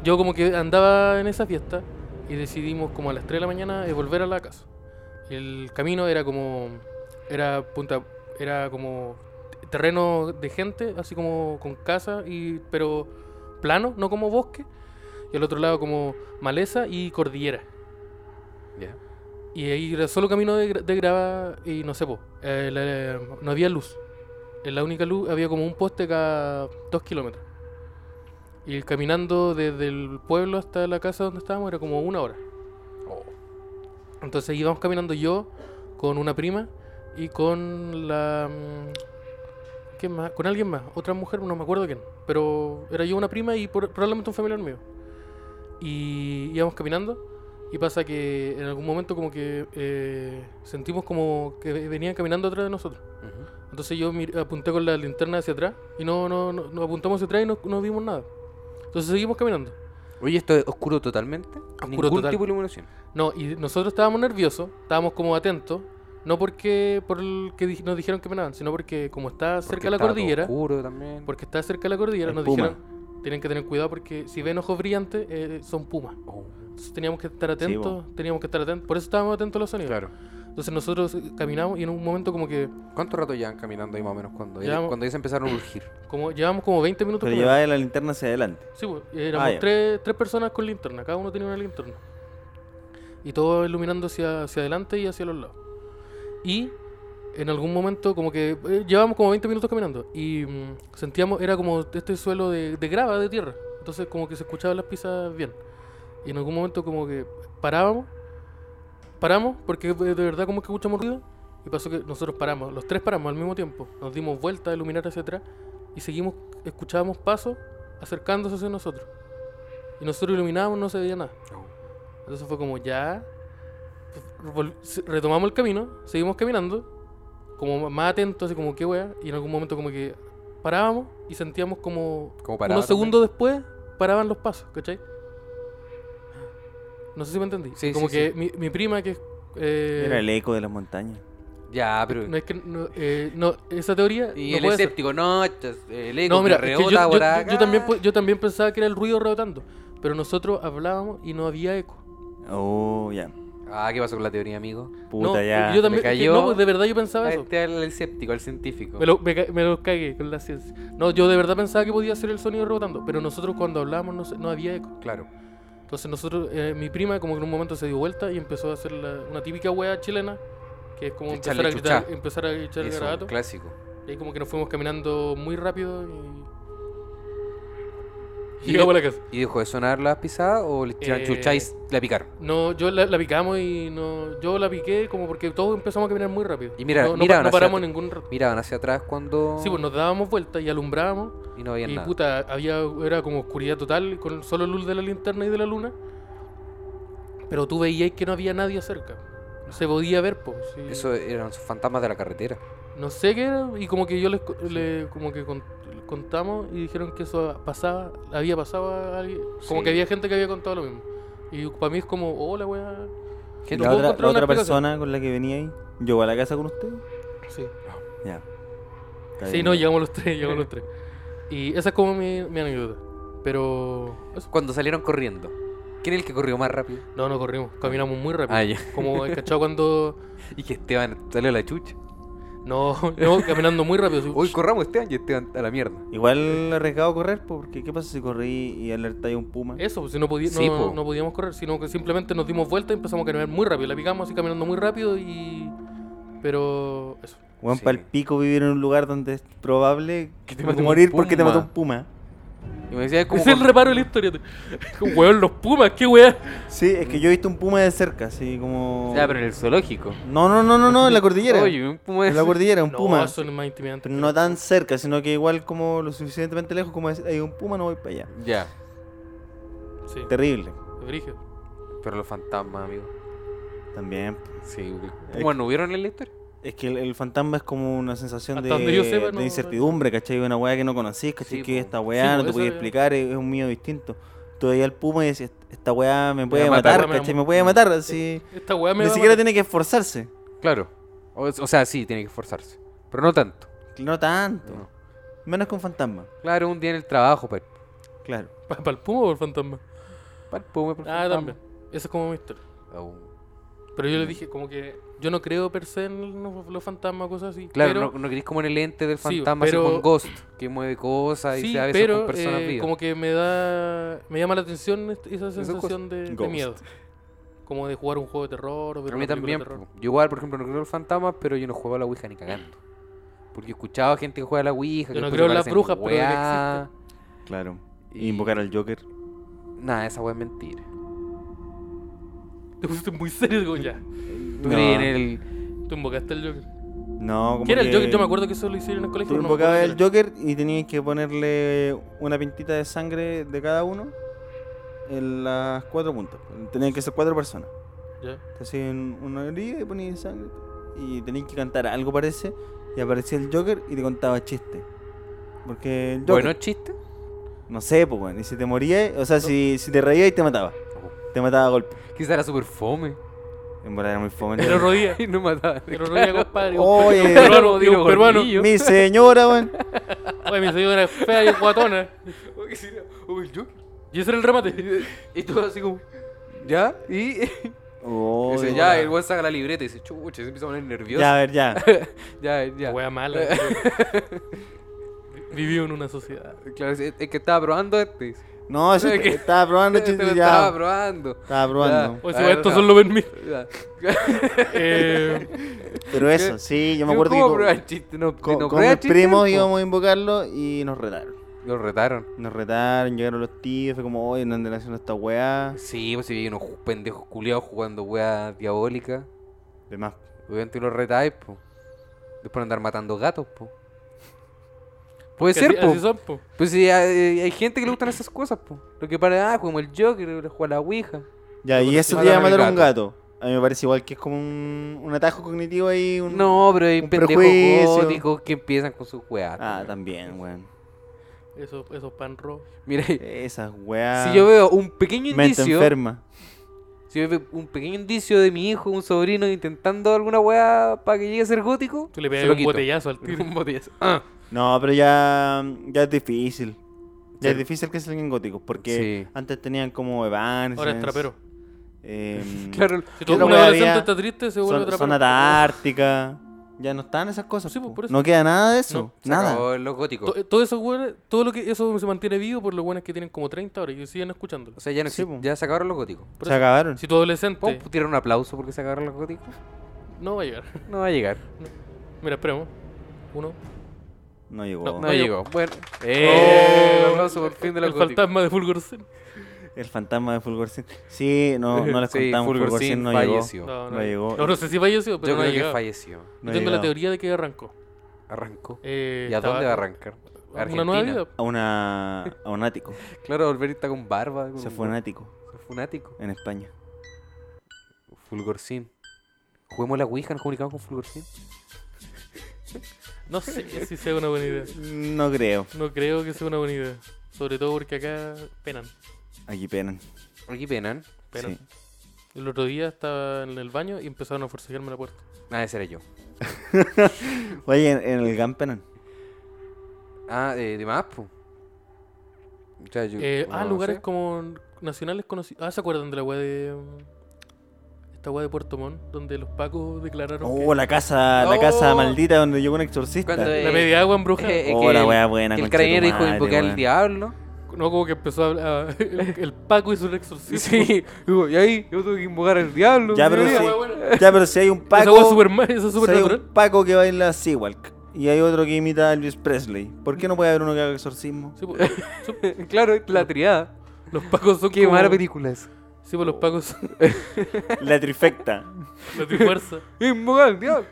Speaker 4: Yo como que andaba en esa fiesta y decidimos como a las 3 de la mañana eh, volver a la casa. El camino era como era punta era como t- terreno de gente, así como con casa y pero plano, no como bosque. Y al otro lado como maleza y cordillera.
Speaker 2: Ya.
Speaker 4: Y ahí era solo camino de, gra- de grava y no sé, po, eh, la- no había luz. Eh, La única luz había como un poste cada dos kilómetros. Y caminando desde el pueblo hasta la casa donde estábamos era como una hora. Entonces íbamos caminando yo con una prima y con la... mm, ¿Quién más? Con alguien más, otra mujer, no me acuerdo quién. Pero era yo una prima y por- probablemente un familiar mío. Y íbamos caminando y pasa que en algún momento como que eh, sentimos como que ve- venían caminando atrás de nosotros.
Speaker 2: Ujú.
Speaker 4: Entonces yo mir- apunté con la linterna hacia atrás y no, no, no, nos apuntamos hacia atrás y no, no vimos nada. Entonces seguimos caminando.
Speaker 2: Oye, esto es oscuro totalmente. Ningún
Speaker 4: total.
Speaker 2: tipo de iluminación.
Speaker 4: No, y nosotros estábamos nerviosos, estábamos como atentos, no porque por el que di- nos dijeron que venaban, sino porque como está
Speaker 2: Porque
Speaker 4: cerca de la
Speaker 2: estaba todo
Speaker 4: cordillera,
Speaker 2: Oscuro también.
Speaker 4: porque está cerca de la cordillera,
Speaker 3: El
Speaker 4: nos
Speaker 3: puma.
Speaker 4: dijeron tienen que tener cuidado porque si ven ojos brillantes eh, son pumas.
Speaker 2: Oh.
Speaker 4: Entonces teníamos que estar atentos, teníamos que estar atentos. Por eso estábamos atentos a los sonidos.
Speaker 2: Claro.
Speaker 4: Entonces nosotros eh, caminamos y en un momento como que,
Speaker 2: ¿Cuánto rato llevan caminando ahí más o menos cuando,
Speaker 4: Llevamos-
Speaker 2: ellos, cuando ellos empezaron a urgir?
Speaker 4: como llevamos como 20 minutos.
Speaker 3: Pero
Speaker 4: caminando.
Speaker 3: llevaba la linterna hacia adelante.
Speaker 4: Sí, pues, éramos
Speaker 3: Ah, ya.
Speaker 4: tres, tres personas con linterna, cada uno tenía una linterna. Y todo iluminando hacia, hacia adelante y hacia los lados. Y en algún momento, como que eh, llevábamos como 20 minutos caminando y mm, sentíamos, era como este suelo de, de grava, de tierra. Entonces, como que se escuchaban las pisadas bien. Y en algún momento, como que parábamos, paramos, porque eh, de verdad, como que escuchamos ruido. Y pasó que nosotros paramos, los tres paramos al mismo tiempo. Nos dimos vuelta a iluminar hacia atrás y seguimos, escuchábamos pasos acercándose hacia nosotros. Y nosotros iluminábamos, no se veía nada.
Speaker 2: Oh.
Speaker 4: Entonces fue como ya. pues, vol- se- Retomamos el camino, seguimos caminando, como más atentos, así como qué wea. Y en algún momento, como que parábamos y sentíamos como.
Speaker 2: Como paraba
Speaker 4: unos
Speaker 2: también.
Speaker 4: segundos después paraban los pasos, ¿cachai? No sé si me entendí.
Speaker 2: Sí,
Speaker 4: como
Speaker 2: sí,
Speaker 4: que Mi, mi prima, que es. eh,
Speaker 3: Era el eco de las montañas.
Speaker 2: Ya, pero...
Speaker 4: no es que. No, eh, no, esa teoría.
Speaker 2: y
Speaker 4: no
Speaker 2: el
Speaker 4: puede ser.
Speaker 2: escéptico, no, eh, chas, el eco
Speaker 4: No, mira,
Speaker 2: que
Speaker 4: es que
Speaker 2: rebota
Speaker 4: yo, yo-
Speaker 2: por
Speaker 4: yo-
Speaker 2: acá.
Speaker 4: yo también, pe- yo también pensaba que era el ruido rebotando, pero nosotros hablábamos y no había eco.
Speaker 3: Oh, ya.
Speaker 2: Ah, ¿qué pasó con la teoría, amigo?
Speaker 3: Puta,
Speaker 4: No,
Speaker 3: ya.
Speaker 4: Yo también, es que
Speaker 2: cayó. Este
Speaker 4: no, pues, de verdad yo pensaba
Speaker 2: Ahí
Speaker 4: eso.
Speaker 2: está el escéptico, el científico.
Speaker 4: Me lo, me, ca- me lo cagué con la ciencia. No, yo de verdad pensaba que podía ser el sonido rebotando, pero nosotros cuando hablábamos no, se- no había eco.
Speaker 2: Claro.
Speaker 4: Entonces nosotros, eh, mi prima como que en un momento se dio vuelta y empezó a hacer la- una típica wea chilena, que es como
Speaker 2: Echarle
Speaker 4: empezar a, gritar,
Speaker 2: chucha.
Speaker 4: empezar a echar el
Speaker 2: Eso,
Speaker 4: garabato.
Speaker 2: un clásico.
Speaker 4: Y ahí como que nos fuimos caminando muy rápido y...
Speaker 2: ¿Y
Speaker 4: Llegamos a la casa.
Speaker 2: ¿Y dejó de sonar la pisada o le tiraron
Speaker 4: Eh,
Speaker 2: chucha y s- la picaron?
Speaker 4: No, yo la, la picamos y no, yo la piqué como porque todos empezamos a caminar muy rápido.
Speaker 2: Y mira-
Speaker 4: no, no
Speaker 2: mira,
Speaker 4: pa- no
Speaker 2: hacia
Speaker 4: paramos
Speaker 2: atrás.
Speaker 4: ningún rato.
Speaker 2: Miraban hacia atrás cuando...
Speaker 4: Sí, pues nos dábamos vueltas y alumbrábamos.
Speaker 2: Y no veían
Speaker 4: y
Speaker 2: nada.
Speaker 4: puta, había, era como oscuridad total con solo luz de la linterna y de la luna. Pero tú veías que no había nadie cerca. Se podía ver, pues.
Speaker 2: Eso eran sus fantasmas de la carretera.
Speaker 4: No sé qué era y como que yo les, co- le- como que con- les contamos y dijeron que eso pasaba, había pasado a alguien. Como
Speaker 2: Sí.
Speaker 4: que había gente que había contado lo mismo. Y para mí es como, hola, weá.
Speaker 2: Gente-
Speaker 4: No
Speaker 3: La otra,
Speaker 4: puedo
Speaker 3: la
Speaker 4: encontrar una
Speaker 3: otra
Speaker 4: explicación.
Speaker 3: persona con la que venía ahí. ¿Llegó a la casa con usted?
Speaker 4: Sí.
Speaker 3: Ya. Está
Speaker 4: Sí,
Speaker 3: bien.
Speaker 4: no, llegamos los tres, llegamos los tres. Y esa es como mi, mi anécdota. Pero. eso.
Speaker 2: Cuando salieron corriendo. ¿Quién es el que corrió más rápido?
Speaker 4: No, no corrimos, caminamos muy rápido.
Speaker 2: Ah, ya.
Speaker 4: Como el cachado cuando.
Speaker 2: Y que Esteban salió a la chucha.
Speaker 4: No, no, caminando muy rápido. así,
Speaker 2: Hoy corramos Esteban y Esteban a la mierda.
Speaker 3: Igual arriesgado correr, po, porque ¿qué pasa si corrí y alertáis a un puma?
Speaker 4: Eso, pues, si no, podía-
Speaker 2: Sí,
Speaker 4: no,
Speaker 2: po.
Speaker 4: no podíamos correr, sino que simplemente nos dimos vuelta y empezamos a caminar muy rápido. La picamos así caminando muy rápido y. Pero. Eso.
Speaker 3: Weón,
Speaker 2: Sí.
Speaker 3: para el pico vivir en un lugar donde es probable
Speaker 2: Que te mate un
Speaker 3: morir porque te
Speaker 2: puma.
Speaker 3: mató un puma.
Speaker 2: Y me decía, es como...
Speaker 4: Ese es el
Speaker 2: cuando-
Speaker 4: reparo de la historia. Weón, los pumas, qué weón.
Speaker 3: Sí, es
Speaker 4: Mm.
Speaker 3: que yo he visto un puma de cerca, así como...
Speaker 2: Ya, pero en el zoológico.
Speaker 3: No, no, no, no, no, en la cordillera.
Speaker 2: Oye, un puma de
Speaker 3: en la
Speaker 2: esos-
Speaker 3: cordillera, un
Speaker 4: No,
Speaker 3: puma.
Speaker 4: eso es más intimidante.
Speaker 3: Pero no tan cerca, sino que igual como lo suficientemente lejos como es, hay un puma, no voy para allá.
Speaker 2: Ya.
Speaker 4: Sí,
Speaker 3: Terrible.
Speaker 4: es brígido.
Speaker 2: Pero los fantasmas, amigo.
Speaker 3: También.
Speaker 2: Sí, ¿Cómo no vieron en la historia?
Speaker 3: Es que el, el fantasma es como una sensación
Speaker 4: Hasta
Speaker 3: de,
Speaker 4: donde yo sepa,
Speaker 3: de
Speaker 4: no-
Speaker 3: incertidumbre, ¿cachai? Una weá que no conocís, ¿cachai?
Speaker 2: Sí,
Speaker 3: que
Speaker 2: po.
Speaker 3: esta
Speaker 4: Sí,
Speaker 3: weá
Speaker 4: po,
Speaker 3: no te
Speaker 4: eso
Speaker 3: podía
Speaker 4: es-
Speaker 3: explicar, es, es un miedo distinto. Tú veías al puma y decías, esta weá me puede
Speaker 4: va a
Speaker 3: matar,
Speaker 4: matar, me va a
Speaker 3: ¿cachai?
Speaker 4: matar.
Speaker 3: Me puede matar, así.
Speaker 4: Esta weá me
Speaker 3: Ni
Speaker 4: va a
Speaker 3: siquiera
Speaker 4: matar.
Speaker 3: tiene que esforzarse.
Speaker 2: Claro. O, o sea, sí, tiene que esforzarse. Pero no tanto.
Speaker 3: No tanto.
Speaker 2: No.
Speaker 3: Menos que un fantasma,
Speaker 2: Claro, un día en el trabajo, pero...
Speaker 3: claro.
Speaker 4: ¿Para el puma o el fantasma?
Speaker 2: Para el puma, para el
Speaker 4: Ah,
Speaker 2: fantasma.
Speaker 4: también. Esa es como mi historia.
Speaker 2: Oh.
Speaker 4: Pero yo le dije, como que yo no creo per se en los, los fantasmas, cosas así.
Speaker 2: Claro,
Speaker 4: pero,
Speaker 2: no, no querís como en el ente del
Speaker 4: Sí,
Speaker 2: fantasma, así
Speaker 4: pero-
Speaker 2: con Ghost, que mueve cosas y
Speaker 4: sí,
Speaker 2: se da besos con
Speaker 4: pero
Speaker 2: personas
Speaker 4: eh,
Speaker 2: vivas.
Speaker 4: como que me da. Me llama la atención est- esa
Speaker 2: Esas
Speaker 4: sensación de, de
Speaker 3: Ghost.
Speaker 4: miedo. Como de jugar un juego de terror o ver
Speaker 2: a mí
Speaker 4: una película
Speaker 2: también,
Speaker 4: de terror.
Speaker 2: po. yo igual, por ejemplo, no creo en los fantasmas, pero yo no juego a la Ouija ni cagando. Porque he escuchado a gente que juega a la Ouija.
Speaker 4: Yo no
Speaker 2: después
Speaker 4: creo en
Speaker 2: se
Speaker 4: las
Speaker 2: parecen
Speaker 4: brujas, pero de que
Speaker 2: weá.
Speaker 3: Claro.
Speaker 2: Y-
Speaker 3: Invocar al Joker.
Speaker 2: Nada, esa weá es mentira.
Speaker 4: Te pusiste muy serio, digo, ya.
Speaker 2: Tú
Speaker 3: No.
Speaker 2: creí en el...
Speaker 4: Tú invocaste al Joker.
Speaker 3: No, como
Speaker 4: ¿Qué era el
Speaker 3: que
Speaker 4: Joker? Yo me acuerdo que eso lo hicieron en el colegio.
Speaker 3: Tú
Speaker 4: pero no me acuerdo
Speaker 3: invocabas
Speaker 4: qué
Speaker 3: el
Speaker 4: era.
Speaker 3: Joker y tenías que ponerle una pintita de sangre de cada uno en las cuatro puntas. Tenían que ser cuatro personas.
Speaker 4: Ya.
Speaker 3: Te hacían una herida y ponías sangre. Y tenías que cantar algo, parece. Y aparecía el Joker y te contaba chiste. Porque el Joker,
Speaker 2: Bueno, chiste.
Speaker 3: no sé, pues, weón, y si te morías, o sea, si, si te reías y te mataba. Te mataba a golpe.
Speaker 2: Quizá era súper fome.
Speaker 3: En verdad era muy fome.
Speaker 4: Pero rodilla.
Speaker 2: Y no mataba.
Speaker 4: Pero rodilla, compadre.
Speaker 3: Oye.
Speaker 4: un peruano.
Speaker 2: Oh, Digo,
Speaker 4: digo, un peruano.
Speaker 2: gordillo.
Speaker 3: Mi señora, weón.
Speaker 4: Oye, mi señora era fea y guatona. oh,
Speaker 2: Uy, el Joker.
Speaker 4: Y ese era el remate.
Speaker 2: Y tú así como... ¿Ya? Y
Speaker 3: Oh,
Speaker 2: dice,
Speaker 3: de
Speaker 2: ya,
Speaker 3: volada.
Speaker 2: el weón saca la libreta y dice, chucha, se empieza a poner nervioso.
Speaker 3: Ya, a ver, ya.
Speaker 2: ya, ya.
Speaker 4: Wea mala. pero- Viví en una sociedad.
Speaker 2: Claro, es, es que estaba probando este. dice.
Speaker 3: No, ese
Speaker 2: Es que-
Speaker 3: estaba probando
Speaker 2: Este
Speaker 3: chiste
Speaker 2: lo
Speaker 3: ya.
Speaker 2: estaba probando.
Speaker 3: Estaba probando.
Speaker 4: O
Speaker 2: A
Speaker 4: sea,
Speaker 2: ver,
Speaker 4: esto
Speaker 2: no.
Speaker 4: Pues solo ven mil.
Speaker 2: Ya.
Speaker 4: Eh,
Speaker 3: Pero eso, sí, yo me acuerdo que
Speaker 2: ¿Cómo
Speaker 3: co-
Speaker 2: probar chiste? No,
Speaker 3: co-
Speaker 2: no
Speaker 3: con
Speaker 2: prueba
Speaker 3: mis
Speaker 2: chiste,
Speaker 3: primos
Speaker 2: po.
Speaker 3: íbamos a invocarlo y nos retaron.
Speaker 2: Lo retaron.
Speaker 3: Nos retaron, llegaron los tíos, fue como, oye, no anden haciendo esta weá.
Speaker 2: Sí, pues si hay unos ju- pendejos culiados jugando weas diabólicas.
Speaker 3: Demás.
Speaker 2: Obviamente los retáis, po. Después andar matando gatos, po. Puede
Speaker 4: que
Speaker 2: ser,
Speaker 4: así-
Speaker 2: po.
Speaker 4: así son, po.
Speaker 2: Pues sí, hay, hay gente que le gustan esas cosas, po. Lo que para, ah, como el Joker, le juega a la Ouija.
Speaker 3: Ya,
Speaker 2: Yo
Speaker 3: y ese
Speaker 2: conocí- mataron
Speaker 3: día
Speaker 2: a
Speaker 3: mataron
Speaker 2: mi
Speaker 3: un gato. A mí me parece igual que es como un, un atajo cognitivo ahí. Un...
Speaker 2: No, pero hay
Speaker 3: un
Speaker 2: pendejos
Speaker 3: prejuicio.
Speaker 2: góticos que empiezan con sus weas.
Speaker 3: Ah, también, weón.
Speaker 4: Esos esos pan rojo.
Speaker 2: Mira,
Speaker 3: Esas weas.
Speaker 2: si yo veo un pequeño
Speaker 3: Mente
Speaker 2: indicio,
Speaker 3: enferma.
Speaker 2: si yo veo un pequeño indicio de mi hijo, un sobrino intentando alguna wea para que llegue a ser gótico,
Speaker 4: Tú le
Speaker 2: se
Speaker 4: pegas
Speaker 2: lo
Speaker 4: un
Speaker 2: quito.
Speaker 4: botellazo al tiro.
Speaker 2: Un botellazo. Ah,
Speaker 3: No, pero ya, ya es difícil. Ya es
Speaker 2: Sí.
Speaker 3: difícil que salgan góticos. Porque
Speaker 2: Sí.
Speaker 3: antes tenían como Evan.
Speaker 4: Ahora es trapero.
Speaker 2: claro.
Speaker 4: Si
Speaker 3: Yo
Speaker 4: tú un
Speaker 3: no voy a
Speaker 4: adolescente
Speaker 3: había-
Speaker 4: está triste, se vuelve
Speaker 3: Em, Zona,
Speaker 4: trapero.
Speaker 3: zona Antártica. Ya no están esas cosas.
Speaker 4: Sí, pues,
Speaker 3: po.
Speaker 4: por eso.
Speaker 3: No queda nada de eso.
Speaker 4: No,
Speaker 2: Se
Speaker 3: nada.
Speaker 2: acabó los góticos.
Speaker 4: To- Todo eso, weones- todo lo que eso se mantiene vivo por los buenos que tienen como 30 horas y siguen escuchándolo.
Speaker 2: O sea, ya, no
Speaker 3: Sí,
Speaker 2: exi-
Speaker 3: po.
Speaker 2: ya se acabaron los góticos.
Speaker 4: Por
Speaker 3: Se
Speaker 4: eso,
Speaker 3: acabaron.
Speaker 4: si tu adolescente
Speaker 2: ¿Puedo tirar un aplauso porque se acabaron los góticos?
Speaker 4: no va a llegar.
Speaker 2: No va a llegar.
Speaker 4: Mira, esperemos. Uno.
Speaker 3: No llegó.
Speaker 4: No,
Speaker 2: No,
Speaker 4: no
Speaker 2: llegó. Bueno.
Speaker 4: ¡Eh!
Speaker 2: ¡Eh! El aplauso por fin de los
Speaker 4: el
Speaker 2: góticos.
Speaker 4: fantasma de Fulgorcen.
Speaker 3: El fantasma de Fulgorcin. Sí, no, no les
Speaker 2: Sí,
Speaker 3: contamos.
Speaker 2: Fulgorcín
Speaker 3: Fulgorcin no
Speaker 2: falleció.
Speaker 3: llegó.
Speaker 4: No,
Speaker 3: No llegó.
Speaker 4: No, no sé si falleció, pero
Speaker 2: Yo
Speaker 4: no ha
Speaker 2: creo que
Speaker 4: llegado.
Speaker 2: falleció.
Speaker 3: No
Speaker 4: Yo tengo la
Speaker 3: llegó.
Speaker 4: teoría de que arrancó.
Speaker 2: Arrancó.
Speaker 4: Eh,
Speaker 2: ¿Y a
Speaker 4: estaba-
Speaker 2: dónde va a arrancar?
Speaker 4: a Una nueva
Speaker 2: Argentina.
Speaker 4: vida.
Speaker 3: A, una, a un ático.
Speaker 2: Claro, Volverita con barba. con
Speaker 3: Se
Speaker 2: un-
Speaker 3: fue un ático
Speaker 2: Se fue un ático.
Speaker 3: en España.
Speaker 2: Fulgorcín. Juguemos la Ouija, nos comunicamos con Fulgorcín.
Speaker 4: No sé si sea una buena idea.
Speaker 3: No creo.
Speaker 4: No creo que sea una buena idea. Sobre todo porque acá penan.
Speaker 3: Aquí penan.
Speaker 2: Aquí penan.
Speaker 4: penan.
Speaker 3: Sí.
Speaker 4: El otro día estaba en el baño y empezaron a forcejearme la puerta.
Speaker 2: Ah, ese era yo.
Speaker 3: Oye, en, en el GAM penan.
Speaker 2: Ah, eh, de más, po. O sea, yo-
Speaker 4: Eh,
Speaker 2: bueno,
Speaker 4: ah,
Speaker 2: no
Speaker 4: lugares
Speaker 2: sé.
Speaker 4: como nacionales conocidos. Ah, ¿se acuerdan de la weá de. mm, Esta weá de Puerto Montt, donde los pacos declararon.
Speaker 3: Oh,
Speaker 4: que
Speaker 3: la casa, la
Speaker 2: Oh.
Speaker 3: casa maldita donde llegó un exorcista.
Speaker 2: Cuando-
Speaker 4: la media agua en bruja.
Speaker 2: Eh, eh,
Speaker 3: Oh,
Speaker 2: que
Speaker 3: la
Speaker 2: el-
Speaker 3: wea buena,
Speaker 2: que El
Speaker 3: concha
Speaker 2: carabinero
Speaker 3: tu
Speaker 2: dijo
Speaker 3: madre,
Speaker 2: invocar al
Speaker 3: weón.
Speaker 2: diablo.
Speaker 4: No, como que empezó a hablar. ah, El, el Paco hizo un exorcismo.
Speaker 2: eh. Sí, digo, y ahí yo tuve que invocar al diablo.
Speaker 3: Ya,
Speaker 2: mi
Speaker 3: pero
Speaker 2: vida.
Speaker 3: sí.
Speaker 4: Esa wea buena.
Speaker 3: Ya, pero si hay un
Speaker 4: Esa weá es
Speaker 3: Paco.
Speaker 4: super, esa es
Speaker 3: si hay
Speaker 4: supernatural.
Speaker 3: un Paco que baila Seawalk. Y hay otro que imita a Elvis Presley. ¿Por qué no puede haber uno que haga exorcismo?
Speaker 4: Sí, pues, sí, pues,
Speaker 2: eh, claro, es la triada.
Speaker 4: los pacos son.
Speaker 2: Qué
Speaker 4: como-
Speaker 2: mala película es.
Speaker 4: Sí, pues los pacos son
Speaker 3: La trifecta.
Speaker 4: la trifuerza.
Speaker 2: Invocar al diablo.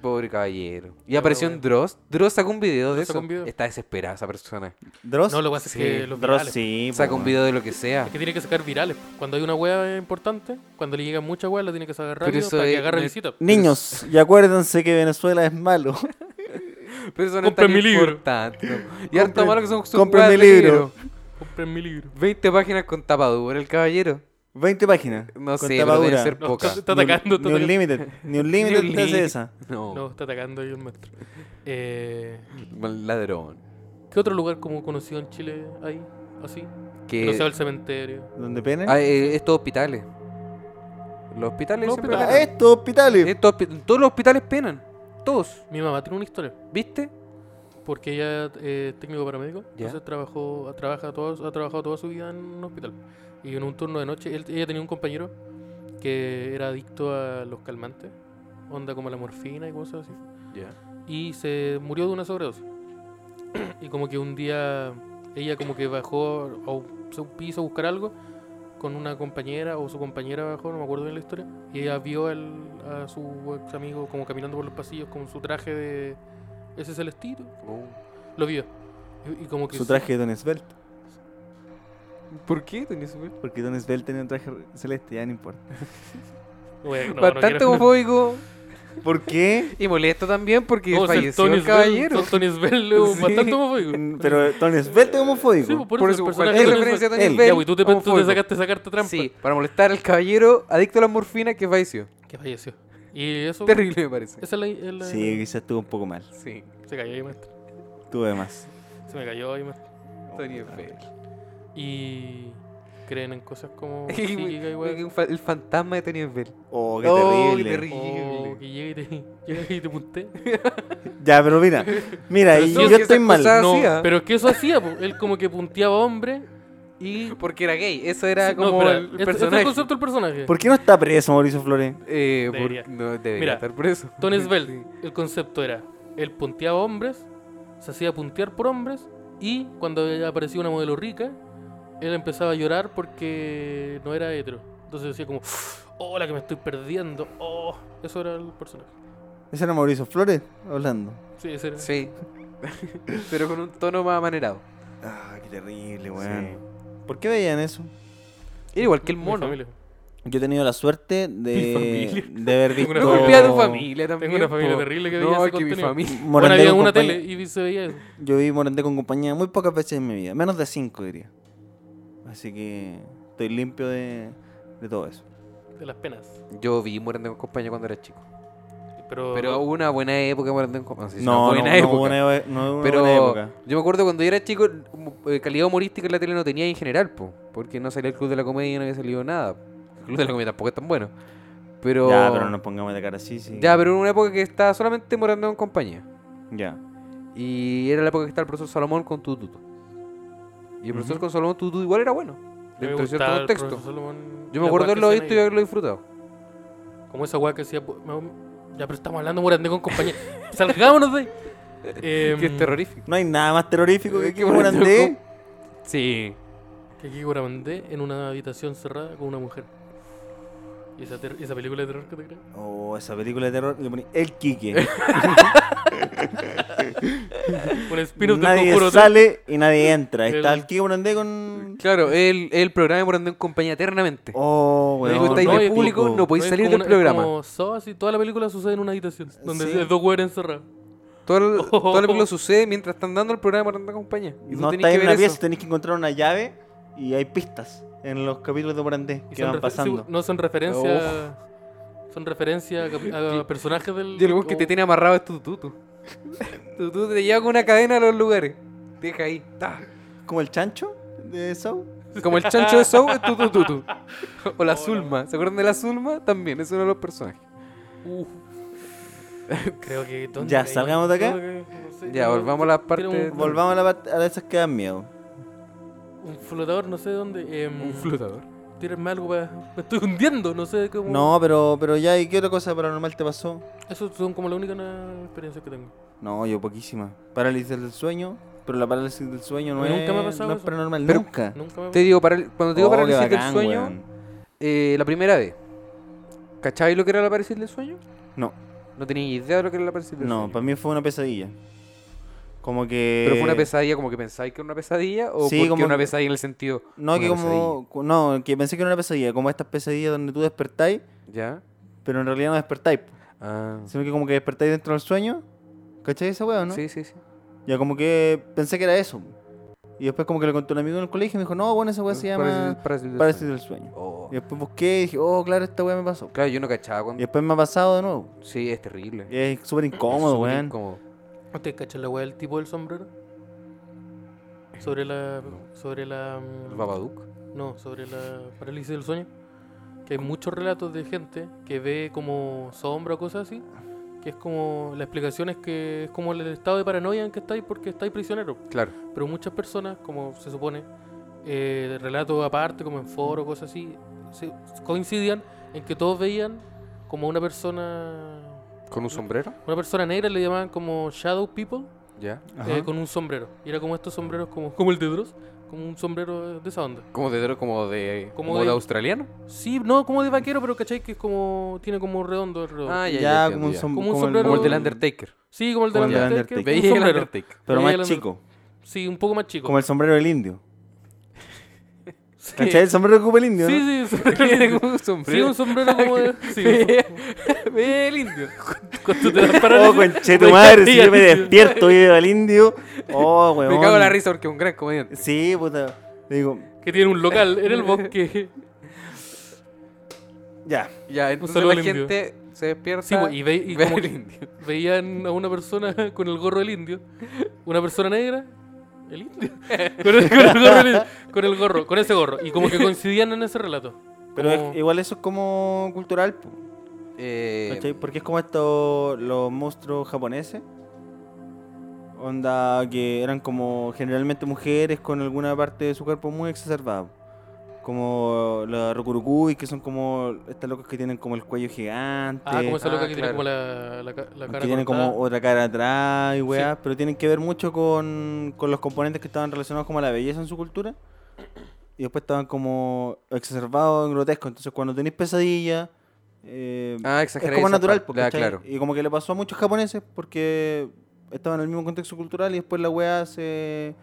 Speaker 2: Pobre caballero. Y
Speaker 4: Pero
Speaker 2: apareció en
Speaker 4: bueno.
Speaker 2: Dross. Dross sacó un video de
Speaker 4: Dross
Speaker 2: eso.
Speaker 4: sacó un video.
Speaker 2: Está desesperada esa persona.
Speaker 3: ¿Dross?
Speaker 4: No, lo que pasa es
Speaker 2: Sí,
Speaker 4: que los
Speaker 3: Dross
Speaker 4: virales.
Speaker 3: sí.
Speaker 2: Saca
Speaker 3: po,
Speaker 2: un
Speaker 3: weón.
Speaker 2: video de lo que sea.
Speaker 4: Es que tiene que sacar virales. Cuando hay una weá importante, cuando le llega mucha weá, la tiene que sacar
Speaker 2: Pero
Speaker 4: rápido
Speaker 2: eso
Speaker 4: para que
Speaker 2: es-
Speaker 4: agarre
Speaker 2: no es-
Speaker 4: visita.
Speaker 3: Niños, y acuérdense que Venezuela es malo.
Speaker 2: Pero eso no es
Speaker 4: Compren
Speaker 2: tan
Speaker 4: mi libro.
Speaker 2: importante. Y harto
Speaker 3: Compren-
Speaker 2: malo que son sus
Speaker 3: compren
Speaker 2: weas
Speaker 3: mi
Speaker 2: de
Speaker 3: libro.
Speaker 4: Compren mi libro.
Speaker 2: 20 páginas con tapadura el caballero.
Speaker 3: 20 páginas.
Speaker 2: No
Speaker 3: con
Speaker 2: sé, pero debe
Speaker 3: tapadura.
Speaker 2: ser
Speaker 4: No,
Speaker 2: poca.
Speaker 4: está- está atacando, está
Speaker 3: Ni un
Speaker 4: atacando.
Speaker 3: límite. Ni un
Speaker 2: Ni un
Speaker 3: límite te hace
Speaker 2: link.
Speaker 3: esa.
Speaker 2: No,
Speaker 4: No, está atacando ahí el maestro. Eh,
Speaker 2: mal ladrón.
Speaker 4: ¿Qué otro lugar como conocido en Chile hay? Así. Que no
Speaker 2: Que
Speaker 4: sea el cementerio.
Speaker 3: ¿Dónde pene?
Speaker 2: Ah, eh, estos hospitales. Los hospitales
Speaker 4: Los
Speaker 2: siempre
Speaker 4: hospitales.
Speaker 3: Ah,
Speaker 4: este.
Speaker 3: estos hospitales.
Speaker 2: penan. Estos hospi- todos los hospitales penan. Todos.
Speaker 4: Mi mamá tiene una historia.
Speaker 2: ¿Viste?
Speaker 4: Porque ella eh, es técnico paramédico.
Speaker 2: Ya.
Speaker 4: Entonces trabajó, trabaja toda, ha trabajado toda su vida en un hospital. Y en un turno de noche, él- ella tenía un compañero que era adicto a los calmantes. Onda como la morfina y cosas así. y se murió de una sobredosis. y como que un día ella como que bajó a un a un piso a buscar algo con una compañera o su compañera bajó, no me acuerdo bien la historia, y ella vio al- a su ex amigo como caminando por los pasillos con su traje de ese celestito,
Speaker 2: Oh.
Speaker 4: lo vio. Y, y como que
Speaker 3: Su
Speaker 4: se-
Speaker 3: traje de Don Esbelt.
Speaker 2: ¿Por qué tenías un
Speaker 3: Porque Don Esbelt tenía un traje celeste, ya no importa.
Speaker 4: Bueno, no, no
Speaker 2: Bastante
Speaker 4: quiero-
Speaker 2: homofóbico
Speaker 3: ¿Por qué?
Speaker 2: y molesto también porque
Speaker 4: No, o sea,
Speaker 2: falleció
Speaker 4: Oh, Tony
Speaker 2: el
Speaker 4: Svel-
Speaker 2: caballero.
Speaker 4: Tony Svel es
Speaker 2: Sí.
Speaker 4: bastante homofóbico.
Speaker 3: Mm, Pero Don Esbelt es homofóbico.
Speaker 4: Sí, pues, por,
Speaker 2: Por
Speaker 4: eso
Speaker 2: eso,
Speaker 4: el
Speaker 2: cualquier
Speaker 4: personaje de Tony
Speaker 2: referencia a
Speaker 4: Svel-
Speaker 2: Tony
Speaker 3: Él.
Speaker 2: Svel,
Speaker 4: Ya, güey, tú te, tú te
Speaker 2: homofóbico.
Speaker 4: sacaste sacarte trampa.
Speaker 2: Sí, para molestar al caballero adicto a las morfinas que falleció.
Speaker 4: Que falleció. Y eso...
Speaker 2: Terrible, me parece.
Speaker 4: Esa es la, es la-
Speaker 3: Sí, quizás estuvo un poco mal.
Speaker 2: Sí,
Speaker 4: Se cayó ahí, maestro.
Speaker 3: Tuve más.
Speaker 4: Ah, Se me cayó ahí, maestro.
Speaker 2: Tony Svel.
Speaker 4: Y. creen en cosas como que
Speaker 2: Y-
Speaker 4: llega y weá.
Speaker 2: un fa- el fantasma de Tenisbel.
Speaker 3: Oh, qué
Speaker 2: Oh, qué
Speaker 3: terrible.
Speaker 2: terrible.
Speaker 4: O que llega y te, llega y te puntea.
Speaker 3: Ya, pero mira, mira,
Speaker 4: Pero
Speaker 3: y
Speaker 4: eso es
Speaker 3: yo
Speaker 2: que
Speaker 3: estoy
Speaker 2: esas
Speaker 3: mal.
Speaker 2: cosas-
Speaker 4: No,
Speaker 2: hacía?
Speaker 4: pero es que eso hacía, po. él como que punteaba hombre y...
Speaker 2: Porque era gay, eso era
Speaker 4: Sí, no,
Speaker 2: como
Speaker 4: espera,
Speaker 2: el
Speaker 4: este- este es
Speaker 2: personaje.
Speaker 4: el concepto del personaje.
Speaker 3: ¿Por qué no está preso Mauricio Flores?
Speaker 2: Eh, por-
Speaker 4: Debería.
Speaker 2: no, debería
Speaker 4: Mira,
Speaker 2: estar por eso.
Speaker 4: Tony Svel, el concepto era, él punteaba hombres, se hacía puntear por hombres y cuando aparecía una modelo rica, él empezaba a llorar porque no era hetero. Entonces decía como, oh, la que me estoy perdiendo, oh, eso era el personaje.
Speaker 3: Ese era Mauricio Flores hablando.
Speaker 4: Sí, ese era.
Speaker 2: Sí. pero con un tono más amanerado.
Speaker 3: Ah, qué terrible, weón. ¿Por qué veían eso?
Speaker 2: Era igual que el
Speaker 4: Mi
Speaker 2: mono.
Speaker 4: familia.
Speaker 3: Yo he tenido la suerte de,
Speaker 4: familia.
Speaker 3: de haber
Speaker 4: Tengo
Speaker 3: visto.
Speaker 4: una
Speaker 2: No culpé a tu familia también.
Speaker 4: una familia
Speaker 2: po.
Speaker 4: terrible que veía
Speaker 2: No,
Speaker 4: ese
Speaker 2: es que mi
Speaker 4: contenido.
Speaker 2: familia.
Speaker 4: Bueno,
Speaker 3: Morandé
Speaker 4: había
Speaker 3: con
Speaker 4: una
Speaker 3: compañía-
Speaker 4: tele y se veía eso.
Speaker 3: Yo vi Morandé con compañía muy pocas veces en mi vida, menos de cinco diría. Así que estoy limpio de, de todo eso.
Speaker 4: De las penas.
Speaker 2: Yo vi Morandé con compañía cuando era chico.
Speaker 4: Pero,
Speaker 2: Pero hubo una buena época de Morandé con compañía. No, sé si
Speaker 3: no,
Speaker 2: una buena
Speaker 3: no,
Speaker 2: época.
Speaker 3: no, buena e- no una
Speaker 2: pero
Speaker 3: buena época.
Speaker 2: yo me acuerdo cuando yo era chico, eh, calidad humorística en la tele no tenía en general, po, porque no salía el Club de la Comedia y no había salido nada. El Club de la Comedia tampoco es tan bueno. Pero,
Speaker 3: Ya, pero no nos pongamos de cara así, sí.
Speaker 2: Ya, pero en una época que estaba solamente Morandé con compañía.
Speaker 3: Ya.
Speaker 2: Y era la época que estaba el profesor Salomón con Tututu. Y el profesor
Speaker 3: Ujú.
Speaker 2: con Salomón Tututu igual era bueno. Dentro de cierto contexto. Yo me acuerdo de
Speaker 4: de
Speaker 2: lo visto y haberlo disfrutado.
Speaker 4: Como esa weá que decía. po- me- Ya, pero estamos hablando Morandé con compañía. Salgámonos de ahí. Em,
Speaker 2: que es terrorífico.
Speaker 3: No hay nada más terrorífico
Speaker 2: Eh,
Speaker 3: que que
Speaker 2: qué bonito.
Speaker 3: Morandé.
Speaker 2: Sí.
Speaker 4: Que aquí Morandé en una habitación cerrada con una mujer. Y esa, ter- esa película de terror que te crees.
Speaker 3: Oh, esa película de terror. Le poní El Quique.
Speaker 4: Un spin-off del
Speaker 3: nadie
Speaker 4: conjuro.
Speaker 3: sale y nadie entra.
Speaker 4: El-
Speaker 3: Está el Quique Morandé con.
Speaker 2: Claro, el, el programa de Morandé en compañía eternamente.
Speaker 3: Oh,
Speaker 2: Le
Speaker 3: weón.
Speaker 2: digo, estáis
Speaker 4: no,
Speaker 2: de
Speaker 4: es
Speaker 2: público,
Speaker 3: pico.
Speaker 2: no podéis
Speaker 4: es
Speaker 2: salir
Speaker 4: como
Speaker 2: del
Speaker 4: una- es
Speaker 2: programa.
Speaker 4: Como Saw, así, toda la película sucede en una habitación. Donde
Speaker 3: Sí.
Speaker 4: es dos weas encerrados.
Speaker 2: Todo el,
Speaker 4: Oh.
Speaker 2: todo el película sucede mientras están dando el programa de Morandé en compañía. Y tú
Speaker 3: No
Speaker 2: tenés
Speaker 3: estáis
Speaker 2: que
Speaker 3: en
Speaker 2: ver
Speaker 3: una
Speaker 2: eso.
Speaker 3: pieza, tenéis que encontrar una llave y hay pistas en los capítulos de Morandé
Speaker 4: Y
Speaker 3: que
Speaker 4: son
Speaker 3: van
Speaker 4: refer-
Speaker 3: pasando.
Speaker 4: sí, no, son referencias. Son referencias a capi- a, personajes del.
Speaker 2: Y el weón que te tiene amarrado es Tututu. Tututu te lleva con una cadena a los lugares. Te Deja ahí. ta.
Speaker 3: Como el chancho de Saw.
Speaker 2: Como el chancho de Show es Tutututu. O la Zulma. ¿Se acuerdan de la Zulma? También, es uno de los personajes.
Speaker 4: Uh. Creo que. ¿dónde
Speaker 3: Ya,
Speaker 4: hay-
Speaker 3: salgamos de acá.
Speaker 4: creo que- no sé,
Speaker 2: Ya,
Speaker 4: tengo-
Speaker 2: volvamos a la
Speaker 4: tengo
Speaker 2: parte-
Speaker 4: un-
Speaker 3: Volvamos a, la parte- a esas que dan miedo.
Speaker 4: Un flotador, no sé dónde. em,
Speaker 2: flotador.
Speaker 4: Tírenme algo para. Me estoy hundiendo, no sé cómo.
Speaker 3: No, pero, pero ya, ¿y qué otra cosa paranormal te pasó?
Speaker 4: Eso son como la única eh, experiencia que tengo.
Speaker 3: No, yo poquísima. Parálisis del sueño, pero la parálisis del sueño no,
Speaker 4: Nunca
Speaker 3: es,
Speaker 4: me ha pasado
Speaker 3: no es
Speaker 4: eso.
Speaker 3: paranormal.
Speaker 2: Pero-
Speaker 3: nunca.
Speaker 4: Nunca me.
Speaker 2: Te digo, para cuando te digo
Speaker 3: Oh,
Speaker 2: parálisis
Speaker 3: qué
Speaker 2: del
Speaker 3: bacán,
Speaker 2: sueño,
Speaker 3: weón.
Speaker 2: eh, la primera vez. ¿Cachabais lo que era la parálisis del sueño?
Speaker 3: No,
Speaker 2: No tenía idea de lo que era la parálisis del
Speaker 3: no,
Speaker 2: sueño.
Speaker 3: para mí fue una pesadilla. Como que.
Speaker 2: Pero fue una pesadilla, como que pensáis que era una pesadilla, o
Speaker 3: Sí,
Speaker 2: porque
Speaker 3: como
Speaker 2: una
Speaker 3: que-
Speaker 2: pesadilla en el sentido.
Speaker 3: No,
Speaker 2: una
Speaker 3: que como. cu- No, que pensé que era una pesadilla. Como estas pesadillas donde tú despertáis,
Speaker 2: pesadilla. ¿Ya?
Speaker 3: pero en realidad no despertáis. po.
Speaker 2: Ah.
Speaker 3: Sino que como que despertáis dentro del sueño. ¿Cachai esa weá, no?
Speaker 2: Sí, sí, sí.
Speaker 3: Ya como que pensé que era eso. Y después como que le conté a un amigo en el colegio y me dijo, no, bueno, esa
Speaker 2: Mm,
Speaker 3: weá se llama
Speaker 2: Parálisis- parálisis del
Speaker 3: parálisis
Speaker 2: sueño.
Speaker 3: del sueño.
Speaker 2: Oh.
Speaker 3: Y después busqué y dije, oh, claro, esta weá me pasó.
Speaker 2: Claro, yo no cachaba
Speaker 3: Y
Speaker 2: cuando.
Speaker 3: después me ha pasado de nuevo.
Speaker 2: Sí, es terrible.
Speaker 3: Y es súper
Speaker 2: Es
Speaker 3: incómodo,
Speaker 2: súper
Speaker 3: weón.
Speaker 2: incómodo.
Speaker 4: ¿Ustedes cachan la weá del tipo del sombrero? Sobre la.
Speaker 2: No.
Speaker 4: Sobre la.
Speaker 2: El
Speaker 4: mm,
Speaker 2: Babadook.
Speaker 4: No, sobre la parálisis del sueño. Que hay muchos relatos de gente que ve como sombra o cosas así. Que es como. La explicación es que es como el estado de paranoia en que estáis porque estáis prisionero.
Speaker 2: Claro.
Speaker 4: Pero muchas personas, como se supone, eh, relatos aparte, como en foros, cosas así, se- coincidían en que todos veían como una persona.
Speaker 2: Con un sombrero.
Speaker 4: Una persona negra le llamaban como Shadow People
Speaker 2: Ya.
Speaker 3: Ajá.
Speaker 4: eh, con un sombrero. Y era como estos sombreros, como, como el de Dross, como un sombrero de esa onda.
Speaker 2: Como de como de.
Speaker 4: Como
Speaker 2: Como de
Speaker 4: de-
Speaker 2: australiano.
Speaker 4: Sí, no, como de vaquero, pero cachai que es como. Tiene como redondo el redondo.
Speaker 2: Ah,
Speaker 3: Ya,
Speaker 2: ya,
Speaker 3: como, un
Speaker 2: entiendo,
Speaker 3: som-
Speaker 4: Como un
Speaker 3: como
Speaker 4: sombrero-
Speaker 2: Como el del
Speaker 4: pero-
Speaker 2: Undertaker.
Speaker 4: Sí, como el de
Speaker 3: como el del Undertaker.
Speaker 4: Undertaker, que es
Speaker 2: Veía
Speaker 4: un
Speaker 2: el
Speaker 4: sombrero.
Speaker 2: Undertaker.
Speaker 3: Pero
Speaker 4: Sí,
Speaker 3: más
Speaker 4: el under-
Speaker 3: chico.
Speaker 4: Sí, un poco más chico.
Speaker 3: Como el sombrero del indio.
Speaker 4: Sí.
Speaker 3: ¿Cachai? El sombrero que ocupa el indio, ¿no?
Speaker 4: Sí, sí,
Speaker 2: Tiene
Speaker 4: sombrero.
Speaker 2: como un
Speaker 4: Sí,
Speaker 2: sombrero.
Speaker 4: un sombrero como de. Sí,
Speaker 2: Ve el indio.
Speaker 4: cuando te dan
Speaker 3: Oh,
Speaker 4: parálisis,
Speaker 3: conche tu
Speaker 4: me
Speaker 3: madre, si
Speaker 4: caía
Speaker 3: yo me
Speaker 4: el-
Speaker 3: despierto y veo al indio. Oh, weón.
Speaker 2: Me cago en la risa porque es un gran comediante.
Speaker 3: Sí, puta. Le digo,
Speaker 4: que tiene un local en el bosque.
Speaker 3: ya.
Speaker 2: Ya, entonces
Speaker 4: saludo
Speaker 2: la
Speaker 4: al indio.
Speaker 2: gente se despierta.
Speaker 4: Sí, pues, y, ve, y
Speaker 2: ve
Speaker 4: como
Speaker 2: al
Speaker 4: que
Speaker 2: indio.
Speaker 4: veían a una persona con el gorro del indio, una persona negra, El indio. Con el, con el gorro, en el- con el gorro, con ese gorro. Y como que coincidían en ese relato.
Speaker 3: Pero
Speaker 4: Como-
Speaker 3: es- igual eso es como cultural, po,
Speaker 2: Eh,
Speaker 3: ¿cachai? Porque es como estos, los monstruos japoneses. Onda que eran como generalmente mujeres con alguna parte de su cuerpo muy exacerbada. po. Como la Rokurukui, que son como estas locas que tienen como el cuello gigante.
Speaker 4: Ah, como esa
Speaker 2: Ah,
Speaker 4: loca que tiene
Speaker 2: claro.
Speaker 4: como la, la, ca- la
Speaker 3: Que
Speaker 4: cara
Speaker 3: tienen
Speaker 4: cortada.
Speaker 3: como otra cara atrás y weá, pero tienen que ver mucho con, con los componentes que estaban relacionados como a la belleza en su cultura. Y después estaban como exacerbados en grotesco. Entonces cuando tenéis pesadilla, eh,
Speaker 2: ah,
Speaker 3: es
Speaker 2: exageré
Speaker 3: como
Speaker 2: esa
Speaker 3: natural.
Speaker 2: parte.
Speaker 3: po,
Speaker 2: Ah,
Speaker 3: ¿cachai?
Speaker 2: claro.
Speaker 3: Y como que le pasó a muchos japoneses porque estaban en el mismo contexto cultural y después la weá se,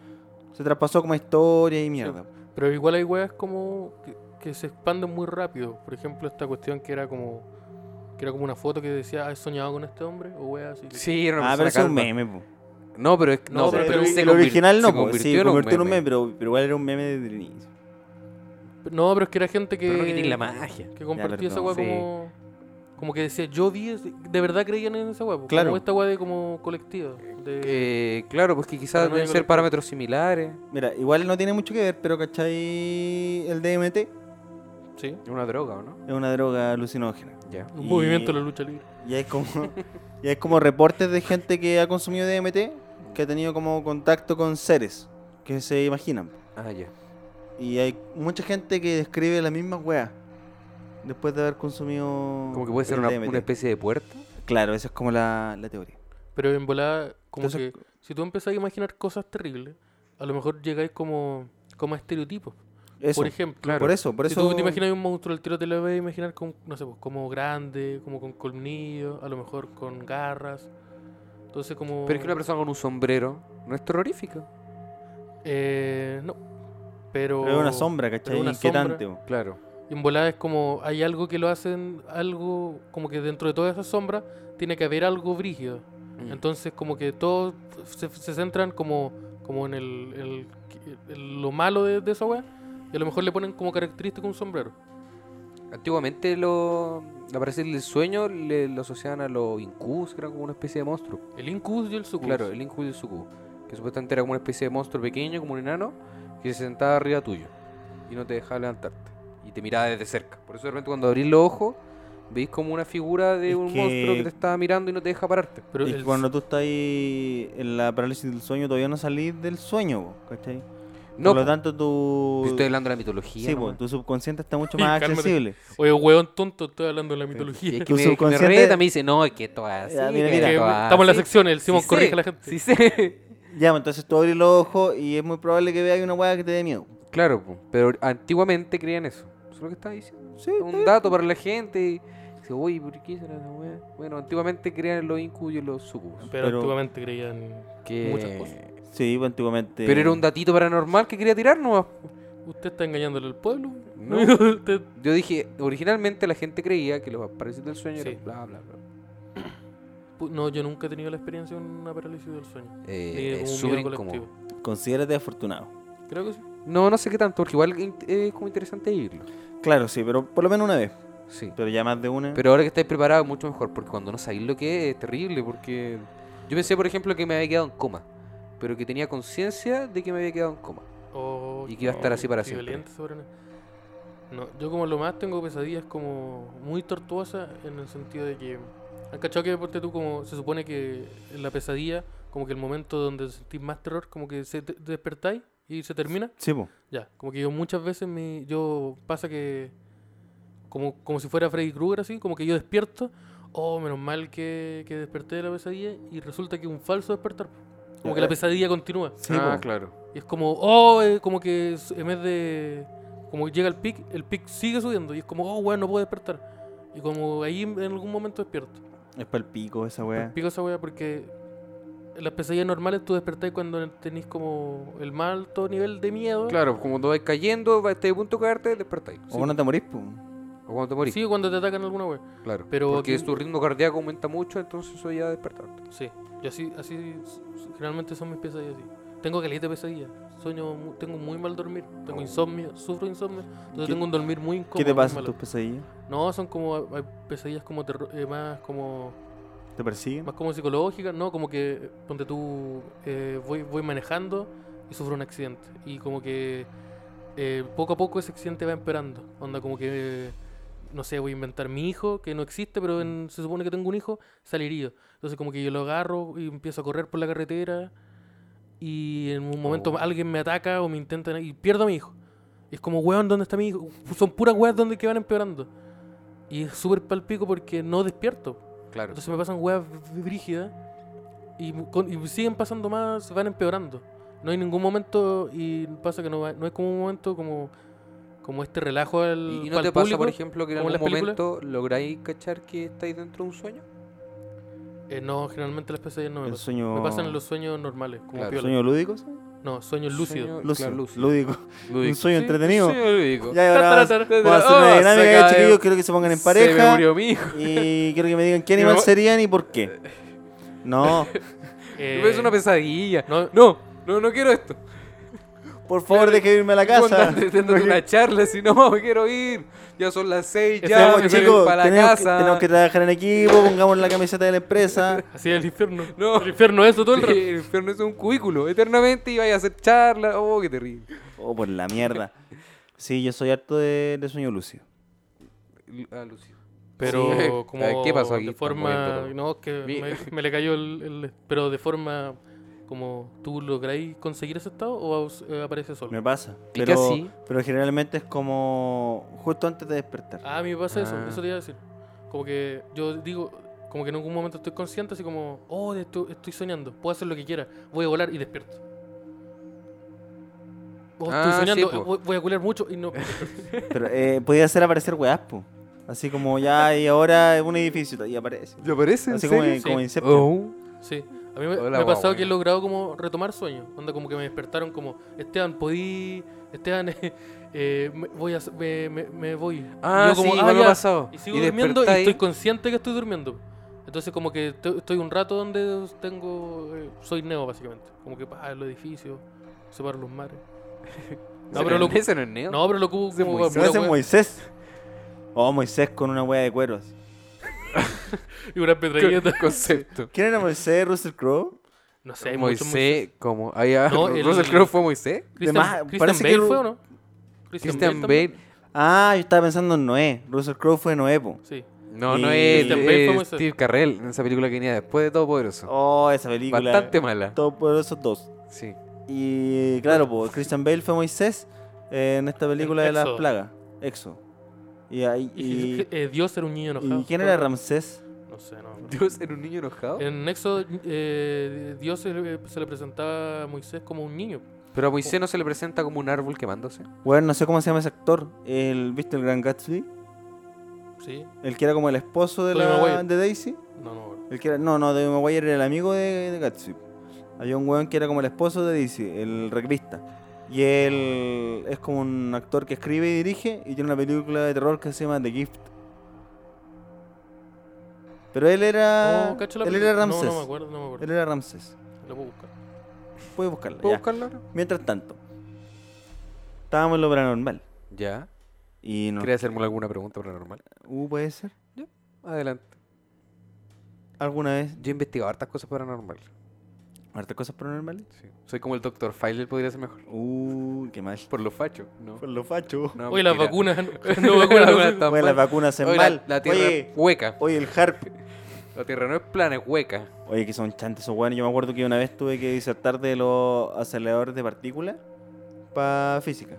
Speaker 3: se traspasó como a historia y mierda.
Speaker 4: Pero igual hay weas como que, que se expanden muy rápido. Por ejemplo, esta cuestión que era como que era como una foto que decía, ah, he soñado con este hombre o weas así.
Speaker 2: Sí, era una
Speaker 3: ah, pero
Speaker 2: persona
Speaker 3: eso es un
Speaker 2: calva.
Speaker 3: meme, po.
Speaker 2: No, pero es
Speaker 4: No,
Speaker 2: no,
Speaker 4: pero-
Speaker 2: pero,
Speaker 4: pero
Speaker 2: se
Speaker 3: el
Speaker 2: convir-
Speaker 3: original no,
Speaker 2: se
Speaker 3: po, sí,
Speaker 2: convirtió en un meme.
Speaker 3: pero, pero igual era un meme desde el inicio.
Speaker 4: No, pero es que era gente que
Speaker 2: Pero no que tiene la magia.
Speaker 4: que compartía esa
Speaker 3: perdón,
Speaker 4: wea
Speaker 2: sí.
Speaker 4: como como que decía, yo vi ese- de verdad creían en esa wea, po,
Speaker 3: Claro.
Speaker 4: como esta wea de como colectiva, de
Speaker 2: Eh, claro, pues que
Speaker 4: Pero
Speaker 2: quizás
Speaker 4: no
Speaker 2: deben
Speaker 4: llegó
Speaker 2: ser
Speaker 4: el-
Speaker 2: parámetros similares.
Speaker 3: Mira, igual no tiene mucho que ver, pero ¿cachai? El DMT es
Speaker 4: sí,
Speaker 2: Es una droga, ¿o no?
Speaker 3: una droga alucinógena.
Speaker 2: Ya.
Speaker 4: un
Speaker 3: Y-
Speaker 4: movimiento de la lucha libre.
Speaker 3: Y hay como, y hay como reportes de gente que ha consumido DMT que ha tenido como contacto con seres que se imaginan.
Speaker 2: Ah, ya.
Speaker 3: Y hay mucha gente que describe las mismas weas después de haber consumido.
Speaker 2: Como que puede ser
Speaker 3: el
Speaker 2: una,
Speaker 3: DMT.
Speaker 2: una especie de puerta.
Speaker 3: Claro, esa es como la, la teoría.
Speaker 4: Pero en volada, como
Speaker 3: Entonces-
Speaker 4: que si tú empezás a imaginar cosas terribles, a lo mejor llegáis como, como a estereotipos.
Speaker 3: Eso.
Speaker 4: Por
Speaker 3: Por,
Speaker 4: ejemplo,
Speaker 2: Claro.
Speaker 3: eso, por
Speaker 4: si
Speaker 3: eso.
Speaker 4: tú te imaginas un monstruo, el tiro te lo ves imaginar con, no sé, pues, como grande, como con colmillos, a lo mejor con garras. Entonces como...
Speaker 2: Pero es que una persona con un sombrero no es terrorífica.
Speaker 4: Eh, no. Pero...
Speaker 3: Pero es una sombra, ¿cachai?
Speaker 4: pero una
Speaker 3: Inquietante. bo.
Speaker 2: Claro.
Speaker 4: Y en volada es como, hay algo que lo hacen, algo, como que dentro de toda esa sombra tiene que haber algo brígido.
Speaker 2: Mm.
Speaker 4: Entonces como que todos se, se centran como, como en el, el- el- lo malo de, de esa wea y a lo mejor le ponen como característico un sombrero.
Speaker 2: Antiguamente lo, la parálisis del sueño le, lo asociaban a los incubus, que eran como una especie de monstruo.
Speaker 4: El incus y el sucus.
Speaker 2: Claro, el incubus y el sucubus. Que supuestamente era como una especie de monstruo pequeño, como un enano, que se sentaba arriba tuyo. Y no te dejaba levantarte. Y te miraba desde cerca. Por eso de repente cuando abrís los ojos, veis como una figura de
Speaker 3: Es
Speaker 2: un
Speaker 3: que-
Speaker 2: monstruo que te estaba mirando y no te deja pararte.
Speaker 4: Pero
Speaker 3: y
Speaker 4: el-
Speaker 3: cuando tú estás ahí en la parálisis del sueño, todavía no salís del sueyo, bo, ¿cachai?
Speaker 2: No,
Speaker 3: Por lo
Speaker 2: po,
Speaker 3: tanto, tu.
Speaker 2: estoy hablando de la mitología.
Speaker 3: Sí,
Speaker 2: nomás.
Speaker 3: po, tu subconsciente está mucho
Speaker 4: Sí,
Speaker 3: más
Speaker 4: cálmate.
Speaker 3: accesible.
Speaker 4: Oye, weón tonto, estoy hablando de la
Speaker 2: Y
Speaker 4: mitología.
Speaker 2: es que
Speaker 3: Tu
Speaker 2: me, que me
Speaker 3: subconsciente-
Speaker 2: reta, me dice, no, es que todo así.
Speaker 3: Ya, mira,
Speaker 2: que
Speaker 3: mira.
Speaker 4: Que
Speaker 2: todo
Speaker 4: estamos en la
Speaker 2: así".
Speaker 4: sección, el Simón
Speaker 2: Sí
Speaker 4: corrige
Speaker 2: sé,
Speaker 4: a la gente.
Speaker 2: Sí, sé.
Speaker 3: Ya, pues, entonces tú abrís los ojos y es muy probable que veas una hueá que te dé miedo.
Speaker 2: Claro, po, pero antiguamente creían eso. Eso es lo que estaba diciendo.
Speaker 3: Sí.
Speaker 2: Un dato para la gente. y Dice, uy, ¿por qué será esa weá?". Bueno, antiguamente creían en los incubos y en los sucubos.
Speaker 4: Pero,
Speaker 3: Pero-
Speaker 4: antiguamente creían...
Speaker 2: Que...
Speaker 4: Muchas cosas.
Speaker 3: Sí, pues, antiguamente.
Speaker 2: Pero era un datito paranormal que quería tirar nomás.
Speaker 4: Usted está engañándole al pueblo.
Speaker 2: No.
Speaker 4: Usted-
Speaker 2: Yo dije, originalmente la gente creía que los parásitos del sueño
Speaker 4: Sí.
Speaker 2: eran bla, bla, bla.
Speaker 4: Pu- no, yo nunca he tenido la experiencia de una parálisis del sueño.
Speaker 2: Eh,
Speaker 4: Ni de
Speaker 2: es
Speaker 4: como un
Speaker 2: súper
Speaker 4: miedo
Speaker 2: incómodo.
Speaker 4: colectivo.
Speaker 3: Considérate afortunado.
Speaker 4: Creo que sí.
Speaker 2: No, no sé qué tanto, porque igual in- es como interesante irlo.
Speaker 3: Claro, sí, pero por lo menos una vez.
Speaker 2: Sí.
Speaker 3: Pero ya más de una.
Speaker 2: Pero ahora que estáis preparados, mucho mejor, porque cuando no sabéis lo que es, es terrible, porque yo pensé, por ejemplo, que me había quedado en coma, pero que tenía conciencia de que me había quedado en coma.
Speaker 4: Oh,
Speaker 2: Y que iba a estar así para
Speaker 4: qué
Speaker 2: siempre.
Speaker 4: violento sobre una- No, yo como lo más tengo pesadillas como muy tortuosas en el sentido de que... ¿Han cachado que deporte tú como se supone que en la pesadilla, como que el momento donde sentís más terror, como que se te- te despertáis y se termina?
Speaker 3: Sí, pues.
Speaker 4: Ya, como que yo muchas veces me, yo pasa que como, como si fuera Freddy Krueger así, como que yo despierto, oh, menos mal que, que desperté de la pesadilla y resulta que un falso despertar. Como que la
Speaker 3: Ah.
Speaker 4: pesadilla continúa.
Speaker 3: Sí, pues. po.
Speaker 2: pues, claro.
Speaker 4: Y es como, oh, eh, como que es- en vez de. Como que llega el pic, el pic sigue subiendo. Y es como, oh, weón, no puedo despertar. Y como ahí en en algún momento despierto.
Speaker 3: Es pa'l pico esa weá.
Speaker 4: Pico esa wea porque en las pesadillas normales tú despertás cuando tenés como el más alto nivel de miedo.
Speaker 2: Claro, como cuando vais cayendo, va- estáis a punto de caerte, despertáis.
Speaker 3: O no te morís, pues.
Speaker 2: O cuando te morís.
Speaker 4: Sí, cuando te atacan alguna wea.
Speaker 2: claro.
Speaker 4: pero
Speaker 2: Porque
Speaker 4: aquí-
Speaker 2: tu ritmo cardíaco aumenta mucho, entonces eso ya despertarte.
Speaker 4: Sí, yo así, así s- s- generalmente son mis pesadillas. Así. Tengo caleta de pesadillas. Sueño, mu- tengo muy mal dormir. Tengo insomnio, sufro insomnio. Entonces
Speaker 3: ¿Qué-
Speaker 4: tengo un dormir muy incómodo.
Speaker 3: ¿Qué te
Speaker 4: muy
Speaker 3: pasa en
Speaker 4: malo.
Speaker 3: tus pesadillas?
Speaker 4: No, son como hay pesadillas como terro- eh, más como
Speaker 3: ¿Te persiguen?
Speaker 4: más como psicológicas, ¿no? Como que eh, ponte tú eh, voy, voy manejando y sufre un accidente. Y como que eh, poco a poco ese accidente va empeorando. Onda como que, eh, no sé, voy a inventar mi hijo, que no existe, pero en- se supone que tengo un hijo, sale herido. Entonces como que yo lo agarro y empiezo a correr por la carretera y en un momento
Speaker 2: Oh.
Speaker 4: alguien me ataca o me intentan y pierdo a mi hijo. Y es como, weón, ¿dónde está mi hijo? Son puras weas donde que van empeorando. Y es súper palpico porque no despierto.
Speaker 2: Claro.
Speaker 4: Entonces me pasan weas br- brígidas y, mu- con- y siguen pasando más, van empeorando. No hay ningún momento y pasa que no, va- no hay como un momento como, como este relajo al
Speaker 2: ¿Y, y no
Speaker 4: pa'l
Speaker 2: te pasa,
Speaker 4: público.
Speaker 2: por ejemplo, que en
Speaker 4: como en
Speaker 2: algún
Speaker 4: las películas?
Speaker 2: momento lográis cachar que estáis dentro de un sueño?
Speaker 4: Eh, no, generalmente las pesadillas no me
Speaker 3: El
Speaker 4: pasan.
Speaker 3: sueño.
Speaker 4: Me pasan en los sueños normales, como
Speaker 2: Claro.
Speaker 4: piola.
Speaker 3: ¿Sueño lúdico? sí?
Speaker 4: No, sueños lúcidos.
Speaker 2: Sueño-
Speaker 3: Lúcido.
Speaker 2: claro, lúcido.
Speaker 3: lúdico. Un sueño
Speaker 2: Sí,
Speaker 3: entretenido.
Speaker 2: sueño lúdico.
Speaker 3: Ya, y ahora vamos
Speaker 4: Tataratar.
Speaker 3: vamos a hacer
Speaker 2: Oh,
Speaker 3: una
Speaker 2: se
Speaker 3: dinámica,
Speaker 2: cayó.
Speaker 3: chiquillos. Quiero que se pongan en
Speaker 2: Se me
Speaker 3: pareja.
Speaker 2: murió mi hijo.
Speaker 3: Y quiero que me digan qué
Speaker 2: Y
Speaker 3: animal
Speaker 2: me-
Speaker 3: serían y por qué. No,
Speaker 4: Eh,
Speaker 2: Es una pesadilla.
Speaker 4: no,
Speaker 2: No, no, no quiero esto.
Speaker 3: por favor, deje de irme a la casa.
Speaker 2: Andate dando una charla, si no, me quiero ir. Ya son las seis,
Speaker 4: Ese
Speaker 2: ya
Speaker 4: amor,
Speaker 2: me
Speaker 3: Vamos,
Speaker 2: quiero ir
Speaker 3: chicos,
Speaker 2: para la
Speaker 3: tenemos que,
Speaker 2: casa.
Speaker 3: tenemos que trabajar en equipo, pongamos la camiseta de la empresa.
Speaker 4: Así es el infierno.
Speaker 2: No.
Speaker 4: El infierno es eso todo el rato.
Speaker 2: Sí, el infierno es un cubículo eternamente y vaya a hacer charlas. Oh, qué terrible.
Speaker 3: Oh, por la mierda. Sí, yo soy harto de, de sueño lúcido.
Speaker 2: Lu- Ah, Lucio.
Speaker 4: Pero
Speaker 2: Sí.
Speaker 4: como
Speaker 2: ¿Qué pasó aquí?
Speaker 4: de
Speaker 2: Están
Speaker 4: forma...
Speaker 2: moviendo
Speaker 4: No, es que
Speaker 2: Mi-
Speaker 4: me, me le cayó el, el- Pero de forma... Como tú lográis conseguir ese estado o aus- eh, aparece solo.
Speaker 3: Me pasa.
Speaker 2: ¿Y qué
Speaker 3: Pero,
Speaker 2: así?
Speaker 3: pero generalmente es como justo antes de despertar.
Speaker 4: Ah, a mí me pasa eso,
Speaker 2: Ah.
Speaker 4: eso te iba a decir. Como que yo digo, como que en algún momento estoy consciente, así como, oh, de esto, estoy soñando, puedo hacer lo que quiera, voy a volar y despierto. Oh,
Speaker 2: Ah,
Speaker 4: estoy
Speaker 2: sí,
Speaker 4: soñando,
Speaker 2: po.
Speaker 4: voy, voy a culiar mucho y no.
Speaker 3: Pero eh, podía hacer aparecer weas, po. Así como ya, y ahora es un edificio y aparece.
Speaker 2: ¿Te parece?
Speaker 3: Así como, en-
Speaker 4: Sí.
Speaker 3: como Inception.
Speaker 2: Oh,
Speaker 4: Sí, a mí me,
Speaker 2: Hola,
Speaker 4: me ha
Speaker 2: guau,
Speaker 4: pasado que he
Speaker 2: weón.
Speaker 4: logrado como retomar sueños. Onda, como que me despertaron como, Esteban, podí. Esteban, eh, eh, me, voy a, hacer- me, me- me voy. Y
Speaker 2: Ah,
Speaker 4: yo como,
Speaker 2: sí,
Speaker 4: "Ah,
Speaker 2: igual me ha
Speaker 4: ya".
Speaker 2: pasado.
Speaker 4: Y sigo durmiendo y
Speaker 2: despertáis.
Speaker 4: estoy consciente que estoy durmiendo. Entonces como que te- estoy un rato donde tengo... eh, soy neo básicamente. Como que ah, pa, los edificios, separo los mares.
Speaker 2: No, pero
Speaker 4: pero
Speaker 2: lo
Speaker 4: lo-
Speaker 2: Ese no es neo.
Speaker 4: No, pero lo ocupo
Speaker 2: Ese es
Speaker 4: como
Speaker 2: Moisés.
Speaker 3: Se
Speaker 4: para
Speaker 3: hace
Speaker 4: pura wea.
Speaker 3: Moisés. Oh, Moisés con una wea de cueros.
Speaker 4: Y una
Speaker 2: Qué
Speaker 4: petralleta.
Speaker 2: concepto.
Speaker 3: ¿Quién era Moisés? ¿Russell Crowe?
Speaker 4: No sé, hay muchos
Speaker 2: Moisés, como. ahí ah,
Speaker 4: No, el-
Speaker 2: Russell Crowe fue Moisés.
Speaker 3: De
Speaker 4: Moisés.
Speaker 3: más,
Speaker 4: Christian, Christian
Speaker 3: parece que
Speaker 4: Bale
Speaker 3: lo-
Speaker 4: fue o no?
Speaker 2: Christian
Speaker 4: también.
Speaker 2: Bale.
Speaker 3: Ah, yo estaba pensando en Noé. Russell Crowe fue Noé, po.
Speaker 4: Sí.
Speaker 2: No,
Speaker 3: Y-
Speaker 2: no es
Speaker 4: Christian Bale fue
Speaker 2: eh,
Speaker 4: Moisés.
Speaker 2: Steve Carrell en esa película que venía después de Todo Poderoso.
Speaker 3: Oh, esa película.
Speaker 2: Bastante mala.
Speaker 3: Todo por esos dos.
Speaker 2: Sí.
Speaker 3: Y claro, pues Christian Bale fue Moisés eh, en esta película de las
Speaker 4: Éxodo.
Speaker 3: plagas. Exo. Y ahí.
Speaker 4: Y,
Speaker 3: ¿Y,
Speaker 4: eh, Dios era un niño enojado.
Speaker 3: ¿y quién era
Speaker 4: Todo-
Speaker 3: Ramsés?
Speaker 4: No sé, no.
Speaker 2: Dios era un niño enojado.
Speaker 4: En Nexo, eh, Dios se le, se le presentaba a Moisés como un niño.
Speaker 2: Pero a Moisés no se le presenta como un árbol quemándose.
Speaker 3: Bueno, no sé cómo se llama ese actor. El, ¿Viste el Gran Gatsby?
Speaker 4: Sí.
Speaker 3: El que era como el esposo de,
Speaker 4: Tobey
Speaker 3: la,
Speaker 4: Maguire.
Speaker 3: de Daisy.
Speaker 4: No, no.
Speaker 3: El que era, no, no, David Maguire era el amigo de, de Gatsby. Había un weón que era como el esposo de Daisy, el rugbyista. Y él es como un actor que escribe y dirige y tiene una película de terror que se llama The Gift. Pero él era.
Speaker 2: Ah,
Speaker 4: Oh, cacho la
Speaker 3: él
Speaker 4: película.
Speaker 3: era Ramses.
Speaker 4: No, no me acuerdo, no me acuerdo.
Speaker 3: él era Ramses.
Speaker 4: Lo puedo buscar.
Speaker 3: Puedes buscarla.
Speaker 2: ¿Puedo
Speaker 3: ya.
Speaker 2: buscarlo ahora?
Speaker 3: Mientras tanto, estábamos en lo paranormal.
Speaker 2: Ya.
Speaker 3: Y no.
Speaker 2: ¿Quería hacerme alguna pregunta paranormal?
Speaker 3: Uh, puede ser.
Speaker 2: Adelante.
Speaker 3: ¿Alguna vez?
Speaker 2: Yo he investigado hartas cosas paranormales.
Speaker 3: ¿Hartas cosas paranormales?
Speaker 2: Sí. Soy como el Dr. Filer, podría ser mejor.
Speaker 3: Uh, qué mal.
Speaker 2: Por lo facho, ¿no?
Speaker 3: Por lo facho.
Speaker 2: No,
Speaker 4: Oye,
Speaker 2: mentira.
Speaker 4: las vacunas. No,
Speaker 2: No,
Speaker 4: no, vacunas,
Speaker 2: vacunas
Speaker 4: no sé.
Speaker 2: están
Speaker 3: Oye, las
Speaker 2: mal.
Speaker 3: vacunas en
Speaker 2: Oye,
Speaker 3: mal.
Speaker 2: la, la tierra
Speaker 3: Oye,
Speaker 2: es hueca.
Speaker 3: oye, el harp.
Speaker 2: La tierra no es plana, es hueca.
Speaker 3: Oye, que son chantes esos weones. Yo me acuerdo que una vez tuve que disertar de los aceleradores de partículas para física.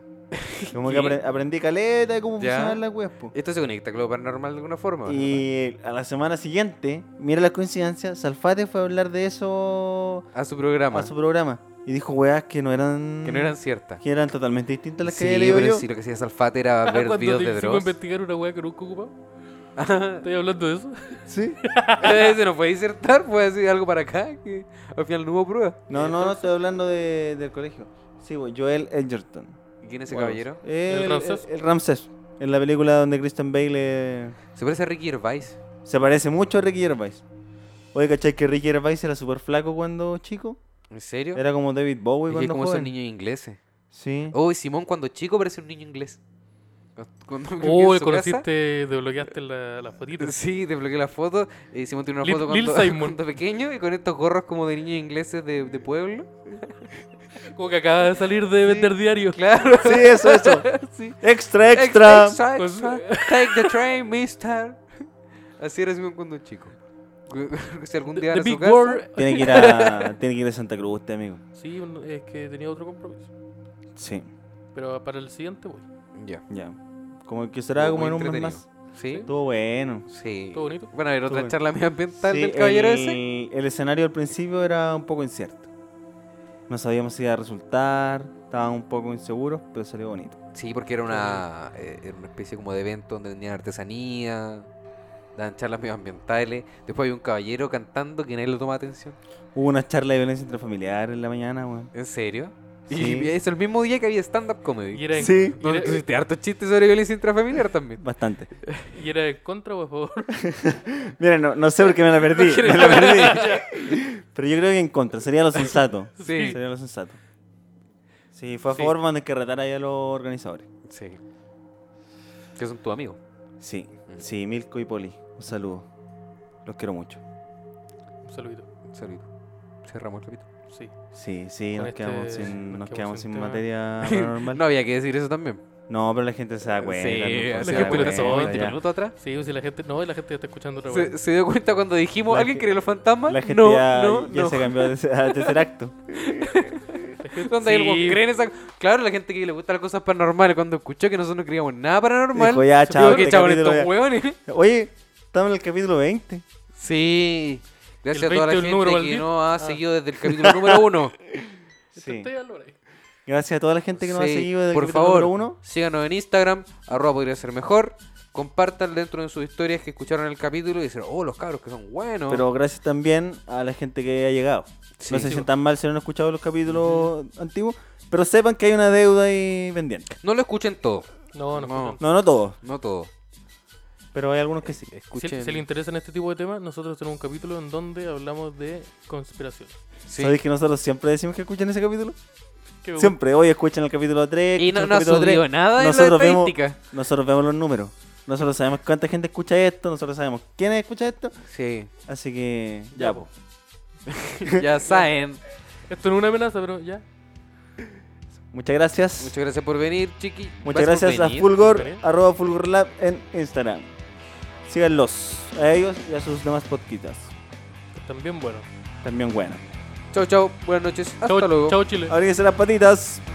Speaker 3: Como que
Speaker 2: ¿Qué?
Speaker 3: apre- aprendí caleta de
Speaker 2: Ya.
Speaker 3: cómo
Speaker 2: Eh,
Speaker 3: funcionan las weas, po.
Speaker 2: Esto se conecta con lo paranormal de alguna forma. ¿o no?
Speaker 3: Y a la semana siguiente, mira la coincidencia, Salfate fue a hablar de eso
Speaker 2: A su programa.
Speaker 3: a su programa. Y dijo weas que no eran.
Speaker 2: Que no eran ciertas.
Speaker 3: que eran totalmente distintas a las
Speaker 2: Sí,
Speaker 3: que había leído
Speaker 2: pero
Speaker 3: yo. Ah,
Speaker 2: sí, lo que hacía Salfate era ver
Speaker 4: Cuando
Speaker 2: videos
Speaker 4: te
Speaker 2: de
Speaker 4: hicimos
Speaker 2: Dross.
Speaker 4: investigar una weá que nunca ocupaba. ¿Estás hablando de eso?
Speaker 3: ¿Sí?
Speaker 2: Se nos puede disertar, puede decir algo para acá, que al final no hubo prueba.
Speaker 3: No, no, no, estoy hablando de- del colegio. Sí, wey, Joel Edgerton.
Speaker 2: ¿Y quién es ese
Speaker 3: Huevos.
Speaker 2: caballero?
Speaker 3: El, el
Speaker 4: Ramsés?
Speaker 3: Ramsés. El, Ramsés. En la película donde Kristen Bale eh,
Speaker 2: Se parece a Ricky Gervais.
Speaker 3: se parece mucho a Ricky Gervais. Oye, ¿cachai que Ricky Gervais era súper flaco cuando chico?
Speaker 2: ¿En serio?
Speaker 3: Era como David Bowie
Speaker 2: Es que es
Speaker 3: cuando
Speaker 2: como esos
Speaker 3: joven.
Speaker 2: niños ingleses.
Speaker 3: Sí.
Speaker 2: Oh, y Simón cuando chico parece un niño inglés. Cuando vivía en
Speaker 4: Oh,
Speaker 2: su casa-
Speaker 4: conociste, desbloqueaste la, las fotitas.
Speaker 2: Sí, desbloqueé la foto. eh, Simón tiene una
Speaker 4: Lil-
Speaker 2: foto
Speaker 4: Lil
Speaker 2: cuando,
Speaker 4: Simon.
Speaker 2: cuando pequeño y con estos gorros como de niños ingleses de, de pueblo.
Speaker 4: Como que acaba de salir de vender diario.
Speaker 2: Claro.
Speaker 3: Sí, eso, eso.
Speaker 2: Sí.
Speaker 3: Extra, extra.
Speaker 2: extra,
Speaker 4: Pues-
Speaker 2: extra. Take the train, mister. Así era Simón cuando chico. si algún día
Speaker 4: The
Speaker 2: era su
Speaker 4: Big
Speaker 2: casa,
Speaker 4: World.
Speaker 3: Tiene que ir a, tiene que ir a Santa Cruz usted, amigo.
Speaker 4: Sí, un- es que tenía otro compromiso.
Speaker 3: Sí,
Speaker 4: Pero para el siguiente voy.
Speaker 2: Ya.
Speaker 3: ya. Como que será
Speaker 2: Muy
Speaker 3: como en un mes
Speaker 2: entretenido.
Speaker 3: más.
Speaker 2: ¿Sí?
Speaker 3: Estuvo bueno.
Speaker 2: Sí.
Speaker 4: Todo bonito.
Speaker 2: Bueno, a ver, otra
Speaker 3: Todo.
Speaker 2: charla medioambiental
Speaker 3: Sí,
Speaker 2: del caballero
Speaker 3: el,
Speaker 2: ese.
Speaker 3: el escenario al principio era un poco incierto. No sabíamos si iba a resultar, estaban un poco inseguros, pero salió bonito.
Speaker 2: Sí, porque era una, eh, era una especie como de evento donde tenían artesanía, daban charlas medioambientales. Después había un caballero cantando que nadie le toma atención.
Speaker 3: Hubo una charla de violencia intrafamiliar en la mañana, weón.
Speaker 2: ¿En serio?
Speaker 3: Sí.
Speaker 2: Y es el mismo día que había stand-up
Speaker 4: Y
Speaker 2: comedy.
Speaker 4: era, en-
Speaker 3: Sí.
Speaker 4: y,
Speaker 2: Donde
Speaker 4: era,
Speaker 2: hiciste hartos chistes sobre violencia intrafamiliar también.
Speaker 3: Bastante.
Speaker 4: y era en contra o a favor.
Speaker 3: Mira, no, no sé por qué me la perdí. me la perdí. Pero yo creo que en contra, sería lo sensato.
Speaker 2: Sí.
Speaker 3: Sería lo sensato. Sí, fue a
Speaker 4: Sí.
Speaker 3: favor, van a que retar ahí a los organizadores.
Speaker 2: Sí. Que son tu amigo.
Speaker 3: Sí,
Speaker 2: Ujú.
Speaker 3: sí, Milko y Poli, un saludo. Los quiero mucho.
Speaker 4: Un saludito.
Speaker 2: Un saludo. Cerramos el capítulo.
Speaker 4: Sí.
Speaker 3: Sí, sí,
Speaker 4: Con
Speaker 3: nos quedamos
Speaker 4: este-
Speaker 3: sin,
Speaker 4: nos
Speaker 3: nos
Speaker 4: quedamos
Speaker 3: quedamos
Speaker 4: sin
Speaker 3: sin
Speaker 4: tema.
Speaker 3: materia paranormal.
Speaker 2: No había que decir eso también.
Speaker 3: No, pero la gente se da cuenta.
Speaker 2: sí,
Speaker 3: no,
Speaker 2: hace
Speaker 3: se
Speaker 4: la
Speaker 3: da
Speaker 2: como
Speaker 4: gente
Speaker 3: cuenta,
Speaker 4: pasó
Speaker 3: ya.
Speaker 4: 20
Speaker 2: minutos atrás.
Speaker 4: Sí, o si la gente. No, la gente ya está escuchando otra
Speaker 2: Se,
Speaker 4: vez.
Speaker 2: se dio cuenta cuando dijimos,
Speaker 3: La
Speaker 2: ¿alguien
Speaker 3: ge-
Speaker 2: quería los fantasmas?
Speaker 3: La gente
Speaker 2: no,
Speaker 3: ya,
Speaker 2: no,
Speaker 3: ya
Speaker 2: no.
Speaker 3: se cambió de- a tercer acto.
Speaker 2: Cuando
Speaker 4: Sí.
Speaker 2: algo cree en esa... Claro, la gente que le gustan las cosas paranormales, cuando escuchó que nosotros no creíamos nada paranormal,
Speaker 3: Dijo, ya,
Speaker 2: se
Speaker 3: chao,
Speaker 2: dijo que
Speaker 3: este
Speaker 2: echaban
Speaker 3: capítulo
Speaker 2: estos
Speaker 3: ya.
Speaker 2: hueones.
Speaker 3: Oye, estamos en el capítulo 20.
Speaker 2: Sí. Gracias
Speaker 4: El
Speaker 2: a toda la
Speaker 4: 20
Speaker 2: gente
Speaker 4: del número,
Speaker 2: que
Speaker 4: Valdir.
Speaker 2: nos ha
Speaker 4: Ah.
Speaker 2: seguido desde el capítulo número uno.
Speaker 3: Sí.
Speaker 4: Estoy al hora.
Speaker 3: Gracias a toda la gente que nos ha
Speaker 2: Sí,
Speaker 3: seguido desde
Speaker 2: Por
Speaker 3: el capítulo
Speaker 2: favor,
Speaker 3: número uno.
Speaker 2: síganos en Instagram, arroba podría ser mejor. Compartan dentro de sus historias que escucharon el capítulo y dicen, oh, los cabros que son buenos.
Speaker 3: Pero gracias también a la gente que ha llegado.
Speaker 2: Sí.
Speaker 3: no se sientan mal si no han escuchado los capítulos antiguos, pero sepan que hay una deuda ahí pendiente.
Speaker 2: No lo escuchen todo,
Speaker 4: No,
Speaker 2: No.
Speaker 4: no. no.
Speaker 3: No, no todos,
Speaker 2: no todo.
Speaker 3: pero hay algunos que sí.
Speaker 4: Si,
Speaker 2: Escuchen.
Speaker 4: si le interesan este tipo de temas, nosotros tenemos un capítulo en donde hablamos de conspiración.
Speaker 2: Sí.
Speaker 3: ¿Sabéis que nosotros siempre decimos que escuchen ese capítulo?
Speaker 4: Que-
Speaker 3: Siempre, hoy escuchan el capítulo 3.
Speaker 2: Y no, no ha subido nada en la
Speaker 3: nosotros vemos,
Speaker 2: estadística.
Speaker 3: nosotros vemos los números. Nosotros sabemos cuánta gente escucha esto, nosotros sabemos quién escucha esto.
Speaker 2: Sí,
Speaker 3: Así que
Speaker 4: Ya,
Speaker 3: ya,
Speaker 4: po.
Speaker 3: po.
Speaker 2: ya saben.
Speaker 4: Esto no es una amenaza, pero ya.
Speaker 3: Muchas gracias.
Speaker 2: Muchas gracias por venir, chiqui. Gracias
Speaker 3: Muchas
Speaker 2: por
Speaker 3: gracias a
Speaker 2: venir.
Speaker 3: Fulgor,
Speaker 4: venir.
Speaker 3: arroba Fulgor Lab en Instagram. Síganlos, a ellos y a sus demás podquitas.
Speaker 4: También bueno.
Speaker 3: También bueno.
Speaker 2: Chau, chau. Buenas noches. Hasta
Speaker 4: Chao,
Speaker 2: luego.
Speaker 4: chao Chile.
Speaker 3: Abríguense las patitas.